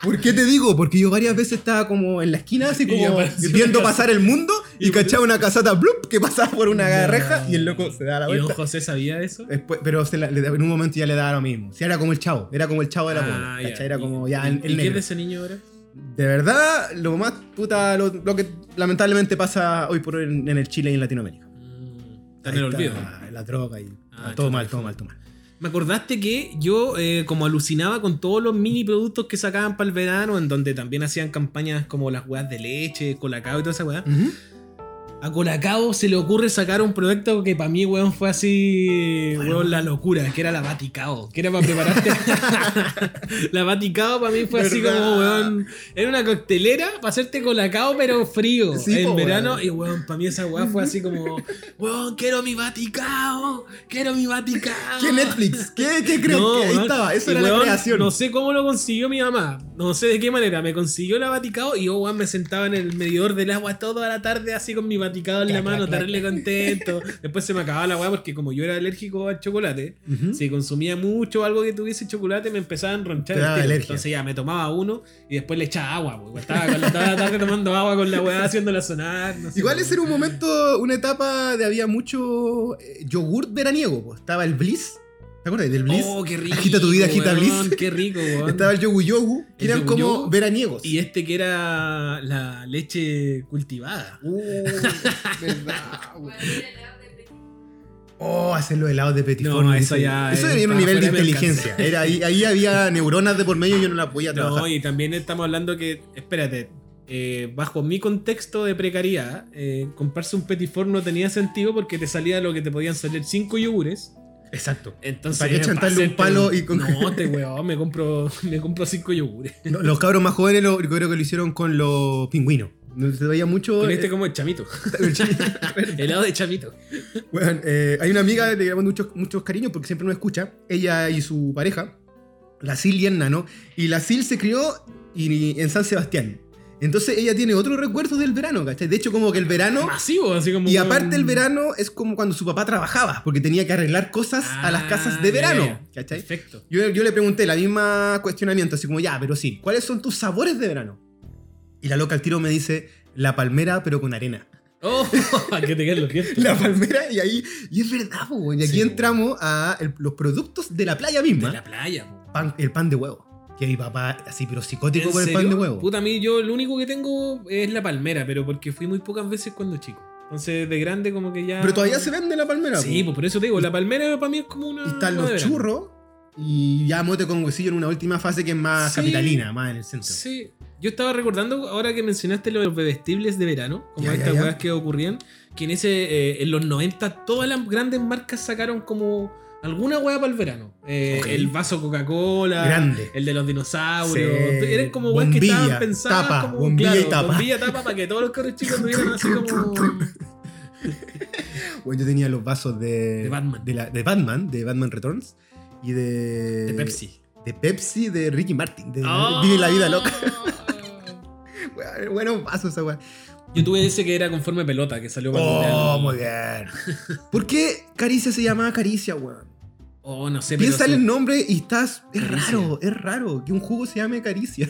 B: ¿Por qué te digo? Porque yo varias veces estaba como en la esquina, así
A: Y
B: como
A: apareció
B: viendo
A: una
B: pasar el mundo y,
A: Y-
B: cachaba una casata blup que pasaba por una
A: Ya.
B: reja y el loco se daba la
A: ¿Y don
B: vuelta.
A: José sabía de eso?
B: Después- pero se la- le- en un momento ya le daba lo mismo. Sí, era como el chavo, era como el chavo de la
A: Ah,
B: pobla,
A: ya.
B: ¿cachai? Era
A: ¿Y-
B: como ya
A: ¿Y,
B: el, el
A: ¿y qué es
B: negro.
A: de ese niño ahora?
B: De verdad, lo más puta, lo, lo que lamentablemente pasa hoy por hoy en, en el Chile y en Latinoamérica.
A: Mm, Está en
B: Ahí
A: el olvido.
B: La droga y
A: Ah,
B: todo
A: chuta,
B: mal,
A: qué
B: todo
A: fome.
B: mal, todo mal.
A: Me acordaste que yo eh, como alucinaba con todos los mini productos que sacaban para el verano, en donde también hacían campañas como las weas de leche, colacao y toda esa weá.
B: Ujú.
A: A Colacao se le ocurre sacar un producto que para mí, weón, fue así, weón, la locura, que era la Vaticao, que era para prepararte. la Vaticao para mí fue así
B: ¿Verdad?
A: como, weón, era una coctelera para hacerte Colacao, pero frío,
B: Sí,
A: en
B: po,
A: verano.
B: weón.
A: Y, weón, para mí esa weá fue así como, weón, quiero mi Vaticao, quiero mi Vaticao.
B: ¿Qué Netflix? ¿Qué, qué creo
A: No,
B: que ahí
A: weón.
B: estaba? Eso
A: Y,
B: era la
A: weón,
B: creación.
A: No sé cómo lo consiguió mi mamá. No sé de qué manera. Me consiguió la Vaticao y yo, weón, me sentaba en el medidor del agua toda la tarde así con mi Vaticao en la
B: Clac, clac,
A: mano,
B: clac.
A: terrible contento. Después se me acababa la weá porque como yo era alérgico al chocolate,
B: Ujú.
A: si consumía mucho algo que tuviese chocolate me empezaba a enronchar.
B: Te
A: el
B: daba
A: tiro.
B: alergia.
A: Entonces ya me tomaba uno y después le echaba agua. po. Estaba con- toda la tarde tomando agua con la weá haciéndola sonar. no sé,
B: Igual
A: weón.
B: ese era un momento, una etapa de había mucho eh, yogurt veraniego. po. Estaba el Bliss. ¿Te acuerdas del Bliss?
A: Oh, qué rico.
B: Agita tu vida, agita
A: weón,
B: Bliss.
A: Qué rico, weón.
B: Estaba el Yogu Yogu, que
A: El
B: eran
A: Yogu
B: como
A: Yogu.
B: veraniegos.
A: Y este que era la leche cultivada.
B: Uh, verdad, güey.
C: Para ir al lado de Petit.
B: Oh, hacer los helados de Petit
A: No,
B: Fortune,
A: eso ya
B: Eso
A: es-
B: era un
A: estaba
B: nivel de
A: fuera de mi
B: inteligencia. Era, ahí, ahí había neuronas de por medio y yo no las podía trabajar.
A: No, y también estamos hablando que, espérate, eh, bajo mi contexto de precariedad, eh, comprarse un petit four no tenía sentido porque te salía lo que te podían salir cinco yogures.
B: Exacto.
A: Entonces,
B: ¿Para qué chantarle un
A: hacerte
B: palo y con-
A: No, te weón, me compro, me compro cinco yogures.
B: No, los cabros más jóvenes lo, creo que lo hicieron con los pingüinos. Se veía mucho.
A: Con este como el chamito. Helado de chamito.
B: Bueno, eh, hay una amiga, le grabando muchos, muchos cariños porque siempre nos escucha. Ella y su pareja, la Sil y el Nano. Y la Sil se crió y- en San Sebastián. Entonces ella tiene otros recuerdos del verano, ¿cachai? De hecho, como que el verano.
A: Masivo, así como.
B: Y aparte, el verano es como cuando su papá trabajaba, porque tenía que arreglar cosas a las casas de
A: Ah, ya, ya,
B: verano,
A: ya.
B: ¿cachai?
A: Perfecto.
B: Yo, yo le pregunté la misma cuestionamiento, así como, ya, pero sí, ¿cuáles son tus sabores de verano? Y la loca al tiro me dice, la palmera, pero con arena.
A: Oh, que te quedan los dientes.
B: La palmera, y ahí, y es verdad, po, y aquí
A: Sí, po.
B: entramos a el- los productos de la playa misma.
A: De la playa, po.
B: Pan- el pan de huevo. Que mi papá, así, pero psicótico
A: ¿En
B: por el pan de
A: serio?
B: huevo.
A: Puta, a mí yo lo único que tengo es la palmera, pero porque fui muy pocas veces cuando chico. Entonces, de grande como que ya...
B: Pero todavía se vende la palmera.
A: Sí,
B: po.
A: pues por eso te digo, la palmera para mí es como una...
B: Y están
A: una
B: los
A: de verano.
B: churros, y ya mote con huesillo en una última fase que es más
A: Sí.
B: capitalina, más en el centro.
A: Sí. Yo estaba recordando, ahora que mencionaste lo de los bebestibles de verano, como
B: Ya, ya,
A: estas
B: ya.
A: weas que ocurrían, que en ese eh, en los 90 todas las grandes marcas sacaron como alguna wea para el verano. Eh,
B: Ok.
A: El vaso Coca-Cola,
B: Grande.
A: el de los dinosaurios.
B: Sí.
A: Eran como weas que
B: Bombilla,
A: estaban pensadas
B: tapa,
A: como
B: bombilla
A: claro,
B: y tapa.
A: bombilla tapa para que todos los cabros chicos tuvieran así como.
B: Bueno, yo tenía los vasos de,
A: De Batman.
B: De, la- de Batman, de Batman Returns. Y de.
A: De Pepsi.
B: De Pepsi, de Ricky Martin. De
A: ¡Oh!
B: Eh, Vive la vida loca. Bueno, Buenos vasos esa weá.
A: Yo tuve ese que era conforme pelota que salió para el
B: Oh,
A: cumpleaños.
B: muy bien. ¿Por qué Caricia se llamaba Caricia, weón?
A: Oh, no sé, pero,
B: Piensa en
A: sí.
B: el nombre y estás. Es
A: Caricia.
B: raro, es raro que un jugo se llame Caricia.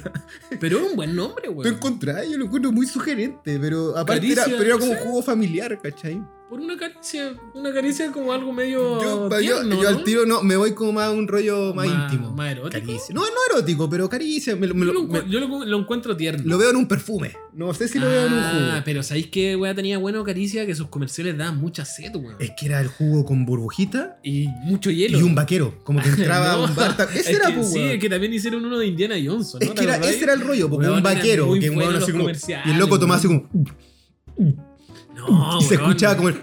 A: pero es un buen nombre,
B: Lo
A: weón.
B: encontrás, yo lo encuentro muy sugerente, pero aparte era,
A: Caricia,
B: pero era como
A: sí.
B: un jugo familiar, ¿cachai?
A: Por una caricia, una caricia como algo medio.
B: Yo, yo-
A: tierno,
B: yo al
A: ¿no?
B: tiro no, me voy como más a un rollo más,
A: Más-
B: íntimo.
A: más erótico.
B: Caricia. No, no erótico, pero caricia. me lo- me
A: Yo
B: lo-
A: lo,
B: me-
A: encu- yo lo- lo encuentro tierno.
B: lo veo en un perfume. No sé si lo veo en un
A: Ah,
B: jugo.
A: pero ¿sabéis qué weá tenía bueno Caricia? Que sus comerciales daban mucha sed, weón.
B: Es que era el jugo con burbujita
A: Y mucho hielo.
B: y un vaquero. Como que entraba
A: No.
B: un bar. ta- Ese
A: Es
B: era,
A: que,
B: pues,
A: Sí,
B: weón.
A: es que también hicieron uno de Indiana Jones, Pues ¿no?
B: Es que era,
A: ¿Te acordáis?
B: ese era el rollo, porque
A: Weón,
B: un
A: eran
B: vaquero,
A: muy
B: que un
A: buenos
B: weón
A: los
B: así como.
A: comerciales,
B: Y el loco tomaba así como.
A: No,
B: y se
A: weón.
B: escuchaba como el.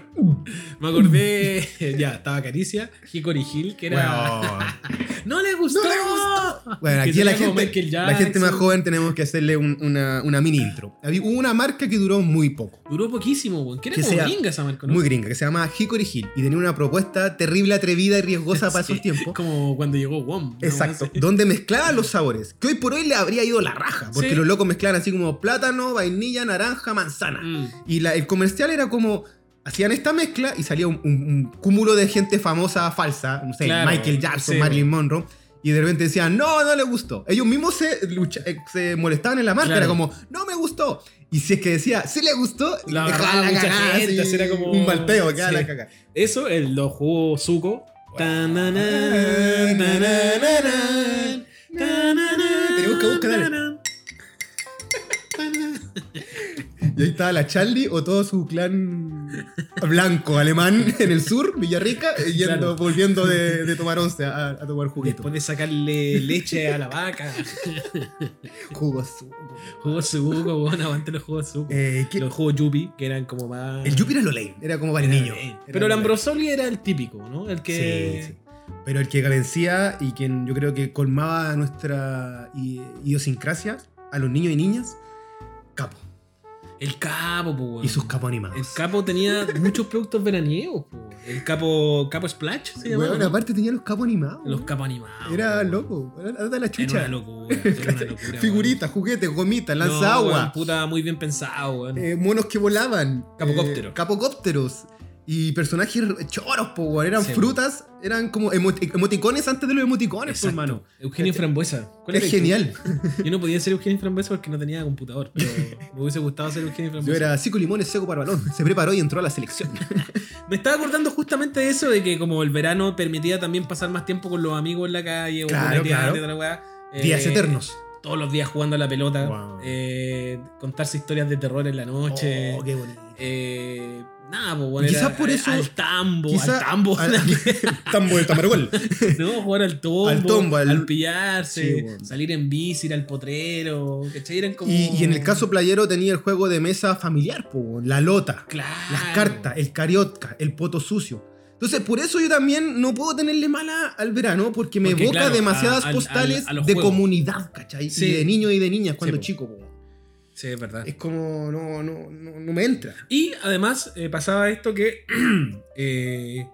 A: Me acordé. ya, estaba Caricia, Hickory Hill, que era.
B: Weón.
A: ¡No le gustó!
B: No le
A: gustó!
B: Bueno, aquí la gente, la gente más joven tenemos que hacerle un- una, una mini intro. Había- Hubo una marca que duró muy poco,
A: Duró poquísimo, weón. Que era
B: Que
A: como
B: sea
A: gringa esa marca, ¿no?
B: muy gringa, que se llama Hickory Hill y tenía una propuesta terrible, atrevida y riesgosa para
A: Sí,
B: esos tiempos.
A: Como cuando llegó WOM. ¿no?
B: Exacto, donde mezclaban los sabores, que hoy por hoy le habría ido la raja, porque
A: Sí.
B: los locos mezclaban así como plátano, vainilla, naranja, manzana.
A: Mm.
B: Y la- el comercial era como. Hacían esta mezcla y salía un, un- un cúmulo de gente famosa falsa, no sé,
A: Claro,
B: Michael Jackson,
A: sí.
B: Marilyn Monroe, y de repente decían, no, no le gustó. Ellos mismos se, lucha- eh, se molestaban en la marca,
A: Claro.
B: era como, no me gustó. Y si es que decía, sí le gustó,
A: La
B: dejaban
A: agarraba mucha
B: cagada,
A: gente,
B: así,
A: era como-
B: un malpeo, quedaba
A: sí.
B: la cagada.
A: Eso, el, los jugos suco. Tananán, tananán, tananán,
B: Tenemos que buscar.
A: tananán.
B: Y ahí estaba la Charlie o todo su clan blanco alemán en el sur, Villarrica, eh, yendo,
A: Claro.
B: volviendo de, de tomar once a, a tomar juguito.
A: Después de sacarle leche a la vaca.
B: Jugo suco.
A: Jugos suco, weón, aguante los jugos suco.
B: Eh, ¿qué-
A: Los jugos yuppie, que eran como más.
B: El Yupi era lo lame, era como para el niño.
A: Eh,
B: Era
A: Pero el
B: lo lame.
A: Ambrosoli era el típico, ¿no? El que.
B: Sí, sí. Pero el que vencía y quien yo creo que colmaba nuestra i- idiosincrasia a los niños y niñas, Capo.
A: El capo, po, weón.
B: Y sus capos animados.
A: El capo tenía muchos productos veraniegos, po. El capo. Capo Splash se llamaba.
B: Weón,
A: ¿no?
B: aparte tenía los capos animados.
A: Los capos animados.
B: Era
A: weón.
B: loco, era era la
A: Era
B: chucha.
A: una locura, era una locura. weón.
B: Figuritas, juguetes, gomitas, lanza
A: No,
B: agua,
A: weón, puta, muy bien pensado, weón.
B: eh, monos que volaban,
A: Capocóptero.
B: eh, capocópteros y personajes choros, po, weón. eran
A: Sí,
B: frutas, eran como emoti- emoticones antes de los emoticones, po,
A: Exacto.
B: hermano. Este,
A: Eugenio Frambuesa. ¿Cuál
B: Es
A: era el-
B: genial.
A: Yo no podía ser Eugenio Frambuesa porque no tenía computador, pero me hubiese gustado ser Eugenio Frambuesa.
B: Yo era cinco limones seco para balón. Se preparó y entró a la selección.
A: Me estaba acordando justamente de eso, de que como el verano permitía también pasar más tiempo con los amigos en la calle, o
B: Claro,
A: pololear,
B: claro.
A: otra weá, eh,
B: Días eternos.
A: Todos los días jugando a la pelota,
B: Wow.
A: eh, contarse historias de terror en la noche.
B: Oh, qué bonito.
A: eh, nada, pues bueno,
B: Y quizás
A: era
B: por eso-
A: Al tambo,
B: Quizá-
A: al tambo.
B: al- tambo del tamargol.
A: no, jugar al tombo, al,
B: Al tombo, al-
A: pillarse,
B: Sí, bueno.
A: salir en bici, ir al potrero, ¿cachai? Eran como...
B: Y, y en el caso playero tenía el juego de mesa familiar, po, la lota,
A: Claro.
B: las cartas, el cariotca, el poto sucio. Entonces, por eso yo también no puedo tenerle mala al verano, porque me
A: Porque,
B: evoca
A: claro,
B: demasiadas
A: a- al-
B: postales
A: al- a los
B: de
A: juegos.
B: comunidad, ¿cachai?
A: Sí.
B: Y de niños y de niñas cuando
A: po.
B: chico, po.
A: Sí, es verdad.
B: Es como, no, no, no, no me entra.
A: Y además eh, pasaba esto que. eh,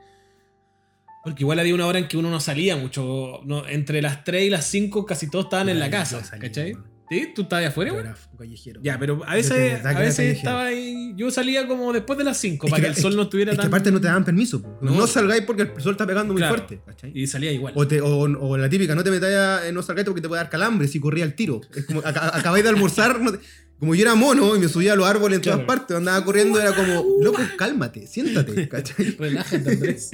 A: porque igual había una hora en que uno no salía mucho. no, entre las 3 y las 5 casi todos estaban en la
B: Yo
A: casa.
B: salí,
A: ¿Cachai?
B: weón.
A: ¿Sí? ¿Tú estabas afuera,
B: Yo
A: güey?
B: era callejero.
A: Ya, pero a
B: Yo de
A: veces,
B: verdad que
A: a
B: era
A: veces
B: callejero.
A: estaba ahí. Yo salía como después de las 5
B: Es
A: para que,
B: era-
A: el sol
B: es
A: no estuviera
B: es
A: tan.
B: Que aparte no te daban permiso. po.
A: No.
B: No, salgáis porque el sol está pegando muy
A: Claro.
B: fuerte. ¿cachai?
A: Y salía igual.
B: O, te- o- o la típica, no te metáis, a- eh, no salgáis porque te puede dar calambre si corría al tiro. Es como, aca- acabáis de almorzar, no te- como yo era mono y me subía a los árboles en todas
A: Claro.
B: partes, andaba corriendo, era como, loco, cálmate, siéntate, ¿cachai?
A: Relájate, Andrés.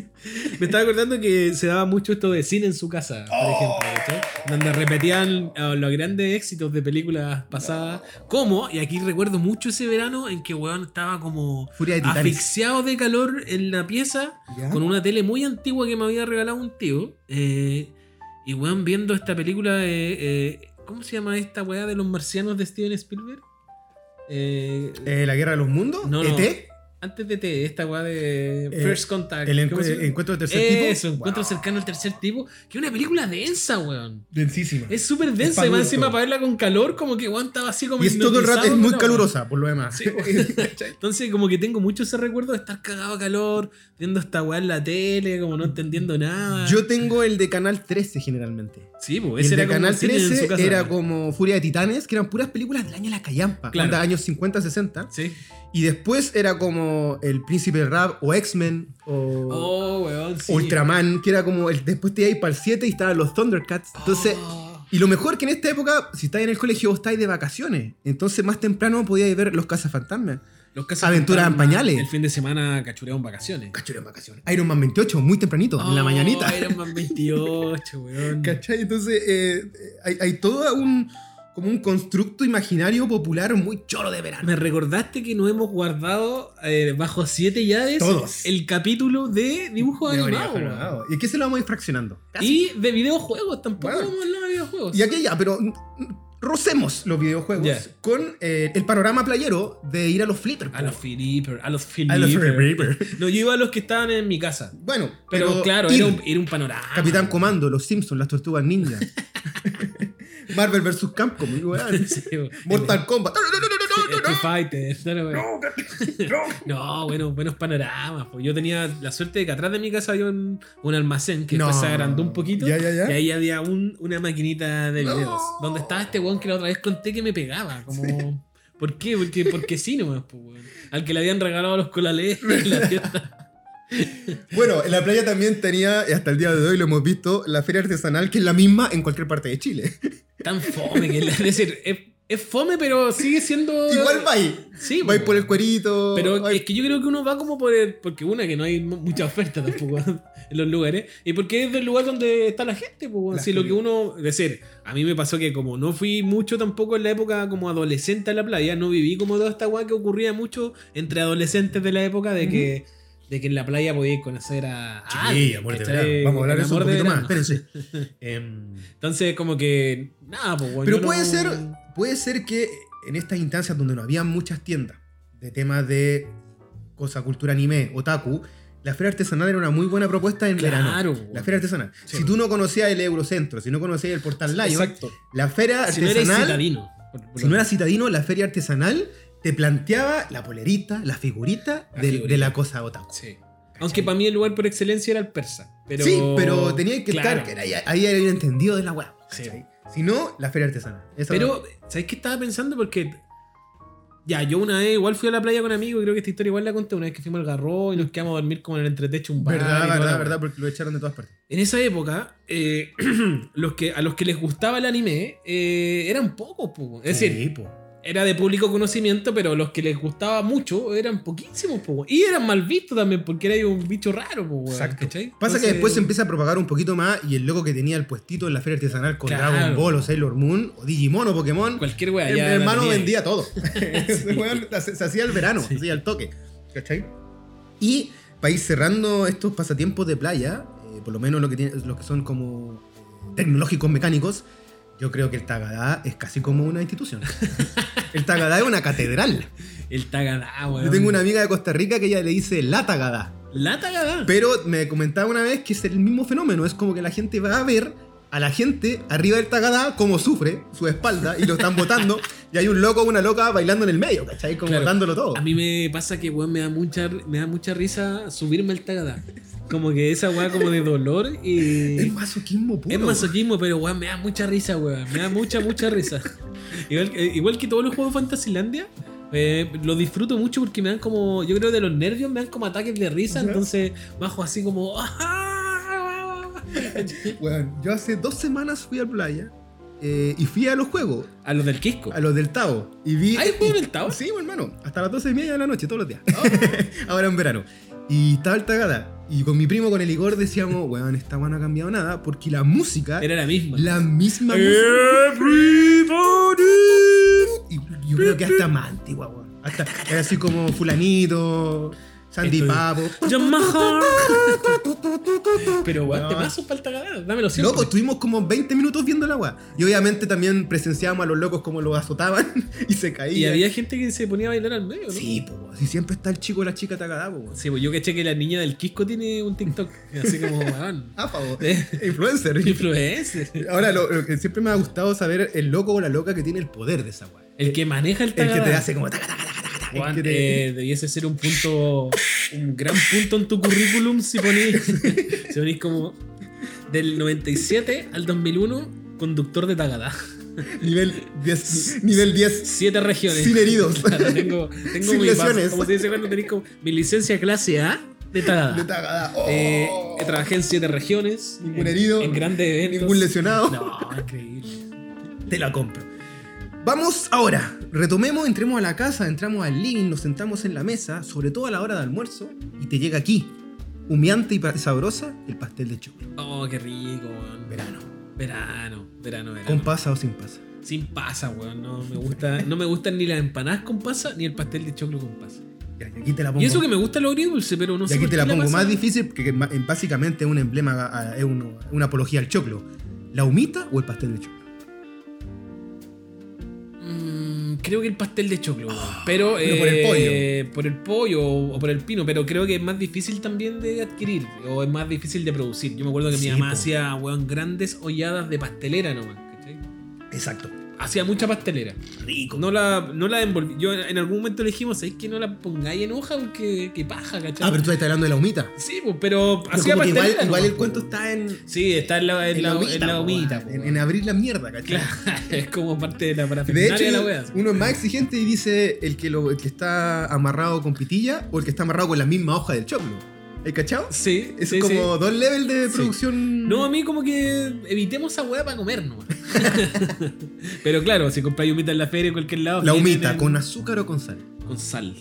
A: Me estaba acordando que se daba mucho esto de cine en su casa, por
B: Oh.
A: ejemplo, ¿cachai? Donde repetían eh, los grandes éxitos de películas pasadas. Como, y aquí recuerdo mucho ese verano en que weón estaba como
B: Furia de titanes.
A: asfixiado de calor en la pieza
B: ¿Ya?
A: con una tele muy antigua que me había regalado un tío. eh, y weón viendo esta película de. eh, ¿Cómo se llama esta weá de los marcianos de Steven Spielberg? Eh,
B: Eh, ¿La guerra de los mundos? E
A: No, no.
B: ¿ET?
A: antes de T, esta weá de
B: Eh,
A: First Contact.
B: ¿El
A: ¿cómo
B: encu-
A: se llama?
B: encuentro del tercer tipo?
A: Eso, encuentro
B: Wow,
A: cercano al tercer tipo. Que es una película densa, weón.
B: Densísima.
A: Es súper
B: Es
A: densa
B: pa'
A: y más
B: adulto.
A: encima para verla con calor, como que weón estaba así como.
B: Y es todo el rato, es
A: hipnotizado,
B: muy
A: pero,
B: calurosa, por lo demás.
A: Sí, weón. Entonces, como que tengo mucho ese recuerdo de estar cagado a calor, viendo esta weá en la tele, como no entendiendo nada.
B: Yo tengo el de Canal 13 generalmente.
A: sí,
B: Y
A: pues
B: el
A: ese
B: de
A: era como
B: Canal
A: cine en su
B: 13
A: casa.
B: era como Furia de Titanes, que eran puras películas del año de la callampa,
A: Claro.
B: onda años 50, 60.
A: Sí.
B: Y después era como como el príncipe del rap o X-Men o
A: Oh, weón, sí.
B: Ultraman, que era como el después te ibas para el 7 y estaban los Thundercats. Entonces,
A: Oh.
B: y lo mejor que en esta época, si estáis en el colegio, vos estáis de vacaciones. Entonces, más temprano podíais ver los cazafantasmas.
A: Los casos
B: Aventuras en
A: fantasma,
B: pañales.
A: El fin de semana cachureaban vacaciones.
B: Cachorro en vacaciones. Iron Man 28, muy tempranito, en la
A: Oh,
B: mañanita.
A: Iron Man 28, weón.
B: ¿Cachai? Entonces, eh, eh, hay, hay todo un, como un constructo imaginario popular muy choro de verano.
A: Me recordaste que no hemos guardado eh, bajo siete llaves
B: Todos.
A: el capítulo de dibujos
B: De
A: animados.
B: oreja,
A: weón.
B: ¿no? ¿Y qué se lo vamos a ir fraccionando?
A: Y de videojuegos, tampoco
B: Bueno.
A: hemos hablado de videojuegos.
B: Y aquí ya, pero mm, rocemos los videojuegos
A: Ya.
B: con eh, el panorama playero de ir a los flippers.
A: A los
B: po.
A: Flipper, a los
B: A
A: Flipper.
B: los flippers.
A: No, yo iba a los que estaban en mi casa.
B: Bueno,
A: Pero, claro,
B: ir,
A: era un, era un panorama.
B: Capitán Comando, los Simpsons, las Tortugas Ninja. Marvel vs. Capcom, weón.
A: Sí, este weón.
B: Mortal Kombat. No, no, no, no, no, no,
A: Street
B: no.
A: Fighter. No, no, weón. Este
B: No,
A: No, bueno, buenos panoramas. pues. Yo tenía la suerte de que atrás de mi casa había un, un almacén que
B: No.
A: después se agrandó un poquito.
B: Ya, ya, ya.
A: Y ahí había un- una maquinita de
B: No.
A: videos. Donde estaba este weón que la otra vez conté que me pegaba. Como, ¿Por qué? Porque, porque sí nomás, pues, weón. Al que le habían regalado los colales en la fiesta.
B: Bueno, en la playa también tenía, hasta el día de hoy lo hemos visto, la feria artesanal, que es la misma en cualquier parte de Chile.
A: Tan fome que es decir, es, es fome, pero sigue siendo.
B: Igual vais.
A: Sí,
B: Vais
A: pues,
B: por el cuerito.
A: Pero
B: vais-
A: es que yo creo que uno va como por el- porque una que no hay mu- mucha oferta tampoco en los lugares y porque es del lugar donde está la gente, pues
B: La
A: si lo
B: gente.
A: que uno es decir, a mí me pasó que como no fui mucho tampoco en la época como adolescente a la playa, no viví como toda esta weá que ocurría mucho entre adolescentes de la época de que de que en la playa podíais conocer a
B: Sí,
A: alguien,
B: amor de
A: Ah, ¿cachai?
B: verano. Vamos a hablar
A: El
B: de eso un
A: amor
B: poquito más.
A: verano.
B: Espérense. Em,
A: Entonces como que nada, pues
B: pero puede ser, puede ser que en estas instancias donde no había muchas tiendas de temas de cosa, cultura anime, otaku, la feria artesanal era una muy buena propuesta en verano.
A: Claro.
B: La feria artesanal.
A: Sí.
B: Si tú no conocías el Eurocentro, si no conocías el Portal Lion,
A: Exacto.
B: la feria
A: Si no eres
B: ah, artesanal
A: citadino. por- por
B: Si
A: lo
B: no era citadino, la feria artesanal te planteaba la polerita, la figurita,
A: La
B: de,
A: figurita.
B: de la cosa otaku.
A: Sí. Aunque para mí el lugar por excelencia era el persa. Pero,
B: sí, pero tenía que
A: Claro.
B: estar, que ahí, ahí era el entendido de la weá.
A: Sí.
B: ¿cachai? Si no, la feria artesanal. Esa
A: Pero, ¿sabes qué estaba pensando? Porque. Ya, yo una vez igual fui a la playa con amigos, y creo que esta historia igual la conté una vez que fuimos al garro y nos quedamos a dormir como en el entretecho un bar.
B: Mm. verdad,
A: y toda
B: verdad,
A: la
B: verdad,
A: weá.
B: porque lo echaron de todas partes.
A: En esa época, eh, los que, a los que les gustaba el anime eh, eran pocos, po. Es decir,
B: Sí, po.
A: era de público conocimiento, pero los que les gustaba mucho eran poquísimos, po. Y eran mal vistos también, porque era un bicho raro, po. weón,
B: Exacto.
A: ¿cachai?
B: Pasa que
A: Entonces-
B: después se empieza a propagar un poquito más y el loco que tenía el puestito en la feria artesanal con
A: Claro.
B: Dragon Ball o Sailor Moon o Digimon o Pokémon,
A: Cualquier wea,
B: el
A: ya la
B: hermano
A: tenía ahí.
B: vendía todo. Ese weón se, se hacía el verano,
A: Sí.
B: se hacía el toque. ¿Cachai? Y para ir cerrando estos pasatiempos de playa, eh, por lo menos lo que tiene- los que son como eh, tecnológicos mecánicos, yo creo que el Tagadá es casi como una institución. el Tagadá es una catedral.
A: El tagadá, weón.
B: Yo tengo una amiga de Costa Rica que ella le dice la Tagadá.
A: La tagadá.
B: Pero me comentaba una vez que es el mismo fenómeno, es como que la gente va a ver a la gente arriba del tagadá como sufre su espalda y lo están botando y hay un loco o una loca bailando en el medio, ¿cachai? Como
A: Claro.
B: dándolo todo.
A: A mí me pasa que, weón, me da mucha, me da mucha risa subirme al tagadá. Como que esa weá como de dolor
B: Es
A: y...
B: masoquismo puro.
A: Es masoquismo, pero weón, me da mucha risa, weón. Me da mucha, mucha risa. Igual, que- igual que todos los juegos de Fantasylandia, eh, lo disfruto mucho porque me dan como... Yo creo de los nervios me dan como ataques de risa,
B: Ya.
A: entonces bajo así como... "Ah".
B: Weón, yo hace dos semanas fui al playa eh, y fui a los juegos,
A: A los del Quisco.
B: a los del Tao. Y vi.
A: ¿Hay juego en el Tao?
B: Sí, hermano. Hasta las 12 y media de la noche, todos los días. Ahora en verano. Y estaba el tagada. Y con mi primo, con el Igor, decíamos, weón, esta weá no ha cambiado nada porque la música
A: Era la misma.
B: La misma música.
A: eh, Everybody.
B: Y yo creo que
A: eh,
B: hasta más antigua, weón. Hasta era así como Fulanito, Sandy
A: Esto es-
B: Papo.
A: Yamaha. Pero weón,
B: No.
A: te paso falta cagada, dámelo siempre.
B: Loco, estuvimos como 20 minutos viendo el agua. Y obviamente también presenciábamos a los locos como los azotaban y se
A: y
B: caían.
A: había gente que se ponía a bailar al medio, ¿no?
B: Sí, po, weón. si siempre está el chico o la chica tagada, po, weón.
A: Sí, pues yo caché que la niña del Quisco tiene un TikTok. Así como, weón.
B: Ah, pa, weón.
A: eh,
B: Influencer.
A: Influencer.
B: Ahora, lo, lo que siempre me ha gustado saber el loco o la loca que tiene el poder de esa weá.
A: El que maneja el
B: El que te
A: tagada.
B: hace como taca, taca, taca, taca, taca, el
A: Juan,
B: que te-
A: eh, debiese ser un punto, un gran punto en tu currículum si ponís, si ponís como del 97 al 2001, conductor de Tagada.
B: Nivel 10. Nivel 10.
A: Siete regiones.
B: Sin heridos.
A: Claro, tengo tengo
B: Sin
A: mi pas-
B: lesiones.
A: Como se dice cuando tenés como mi licencia clase A de
B: De
A: tagada.
B: tagada. Oh.
A: Eh, trabajé en siete regiones.
B: Ningún
A: en-
B: herido,
A: En grandes eventos.
B: ningún lesionado.
A: No, increíble.
B: Te la compro. Vamos ahora, retomemos, entremos a la casa, entramos al living, nos sentamos en la mesa, sobre todo a la hora de almuerzo, y te llega aquí, humeante y pa- sabrosa, el pastel de choclo.
A: Oh, qué rico, weón.
B: Verano.
A: Verano, verano, verano.
B: ¿Con pasa o sin pasa?
A: Sin pasa, weón. No me, gusta, no me gustan ni las empanadas con pasa ni el pastel de choclo con pasa.
B: Ya, y aquí te la pongo.
A: Y eso que me gusta lo agridulce, pero no
B: y
A: sé.
B: aquí
A: por
B: te
A: qué
B: la pongo
A: pasa-
B: más difícil, porque ma- en- básicamente es un emblema, a- a- es uno- una apología al choclo. ¿La humita o el pastel de choclo?
A: Mm, creo que el pastel de choclo, weón. Pero,
B: Ah, pero por el
A: eh, por el pollo o o por el pino, pero creo que es más difícil también de adquirir o es más difícil de producir. Yo me acuerdo que
B: Sí,
A: mi mamá
B: po.
A: hacía, weón, grandes holladas de pastelera nomás, ¿cachai?
B: Exacto.
A: Hacía mucha pastelera. Rico. No la, no la envolví. Yo en algún momento le dijimos, es que no la pongáis en hoja porque que paja, ¿cachai?
B: Ah, pero tú estás hablando de la humita.
A: Sí, pues, pero
B: Pero
A: hacía
B: como que
A: pastelera.
B: igual, igual
A: nomás,
B: el cuento está en,
A: Sí, está en la, en
B: en
A: la,
B: la
A: en la humita,
B: humita,
A: po,
B: po, en,
A: weón.
B: en abrir la mierda, ¿cachai?
A: Claro, es como parte de la
B: De
A: parafernalia
B: hecho,
A: de la wea.
B: uno es más exigente y dice el que, lo, el que está amarrado con pitilla o el que está amarrado con la misma hoja del choclo. ¿El cachao?
A: Sí,
B: Es
A: sí, sí.
B: como dos levels de
A: Sí.
B: producción.
A: No, a mí como que evitemos esa weá para comer, ¿no? Pero claro, si compráis humita en la feria en cualquier lado.
B: la
A: vienen
B: humita,
A: en-
B: con azúcar o con sal.
A: con sal.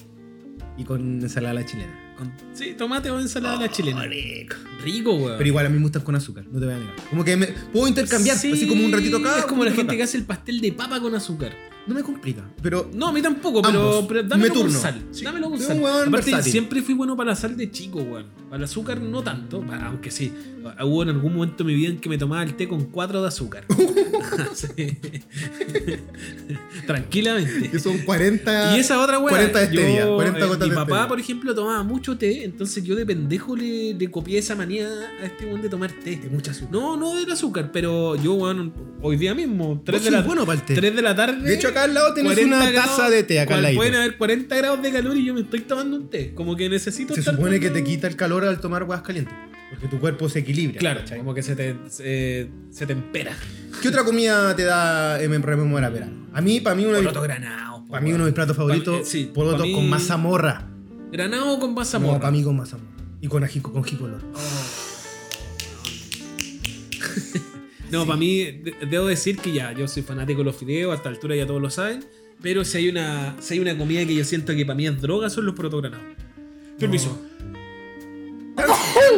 B: Y con ensalada a la chilena.
A: Con- sí, tomate o ensalada a la chilena.
B: Oh, rico.
A: Rico, weón.
B: Pero igual a mí me gustan con azúcar, no te voy a negar. Como que me- puedo intercambiar,
A: Sí,
B: así como un ratito acá.
A: Es como
B: un
A: la
B: ratito
A: gente que
B: acá.
A: hace el pastel de papa con azúcar.
B: No me complica, pero
A: No, a mí tampoco, pero,
B: Ambos.
A: pero dámelo
B: Me
A: con
B: turno.
A: sal.
B: Sí.
A: Dámelo con
B: Soy
A: sal.
B: un weón
A: Aparte,
B: versátil.
A: siempre fui bueno para la sal de chico, weón. Para el azúcar no tanto, pa- aunque sí. Hubo en algún momento de mi vida en que me tomaba el té con cuatro de azúcar. Sí. Tranquilamente.
B: que son 40.
A: Y esa otra weá.
B: 40 de stevia, 40
A: eh,
B: gotas
A: Mi
B: de este
A: papá,
B: stevia.
A: por ejemplo, tomaba mucho té, entonces yo de pendejo le, le copié esa manía a este weón de tomar té.
B: de mucha azúcar.
A: No, no era azúcar, pero yo, weón, hoy día mismo, 3 de,
B: Vos
A: la,
B: sois bueno para el té.
A: 3 de la tarde.
B: De hecho, acá al lado tenés
A: 40
B: una
A: grados,
B: taza de té acá al
A: cual
B: lado.
A: Pueden haber 40 grados de calor y yo me estoy tomando un té. Como que necesito.
B: Se
A: estar
B: supone que te
A: tomando-
B: quita el calor al tomar huevas calientes. Porque tu cuerpo se equilibra.
A: Claro,
B: ¿cachai?
A: como que se te, se, se te empera.
B: ¿Qué otra comida te da eh, me rememora verano? A mí, para mí, uno de mis,
A: Poroto granado.
B: para mí uno de mis platos favoritos,
A: eh, sí,
B: porotos
A: pa' mí-
B: con mazamorra.
A: Granado con
B: No,
A: pasamorra.
B: para mí con mazamorra. Y con ají, con jicolor.
A: No, para mí, de- debo decir que ya, yo soy fanático de los fideos, a esta altura ya todos lo saben. Pero si hay una, si hay una comida que yo siento que para mí es droga, son los protogranados. Permiso.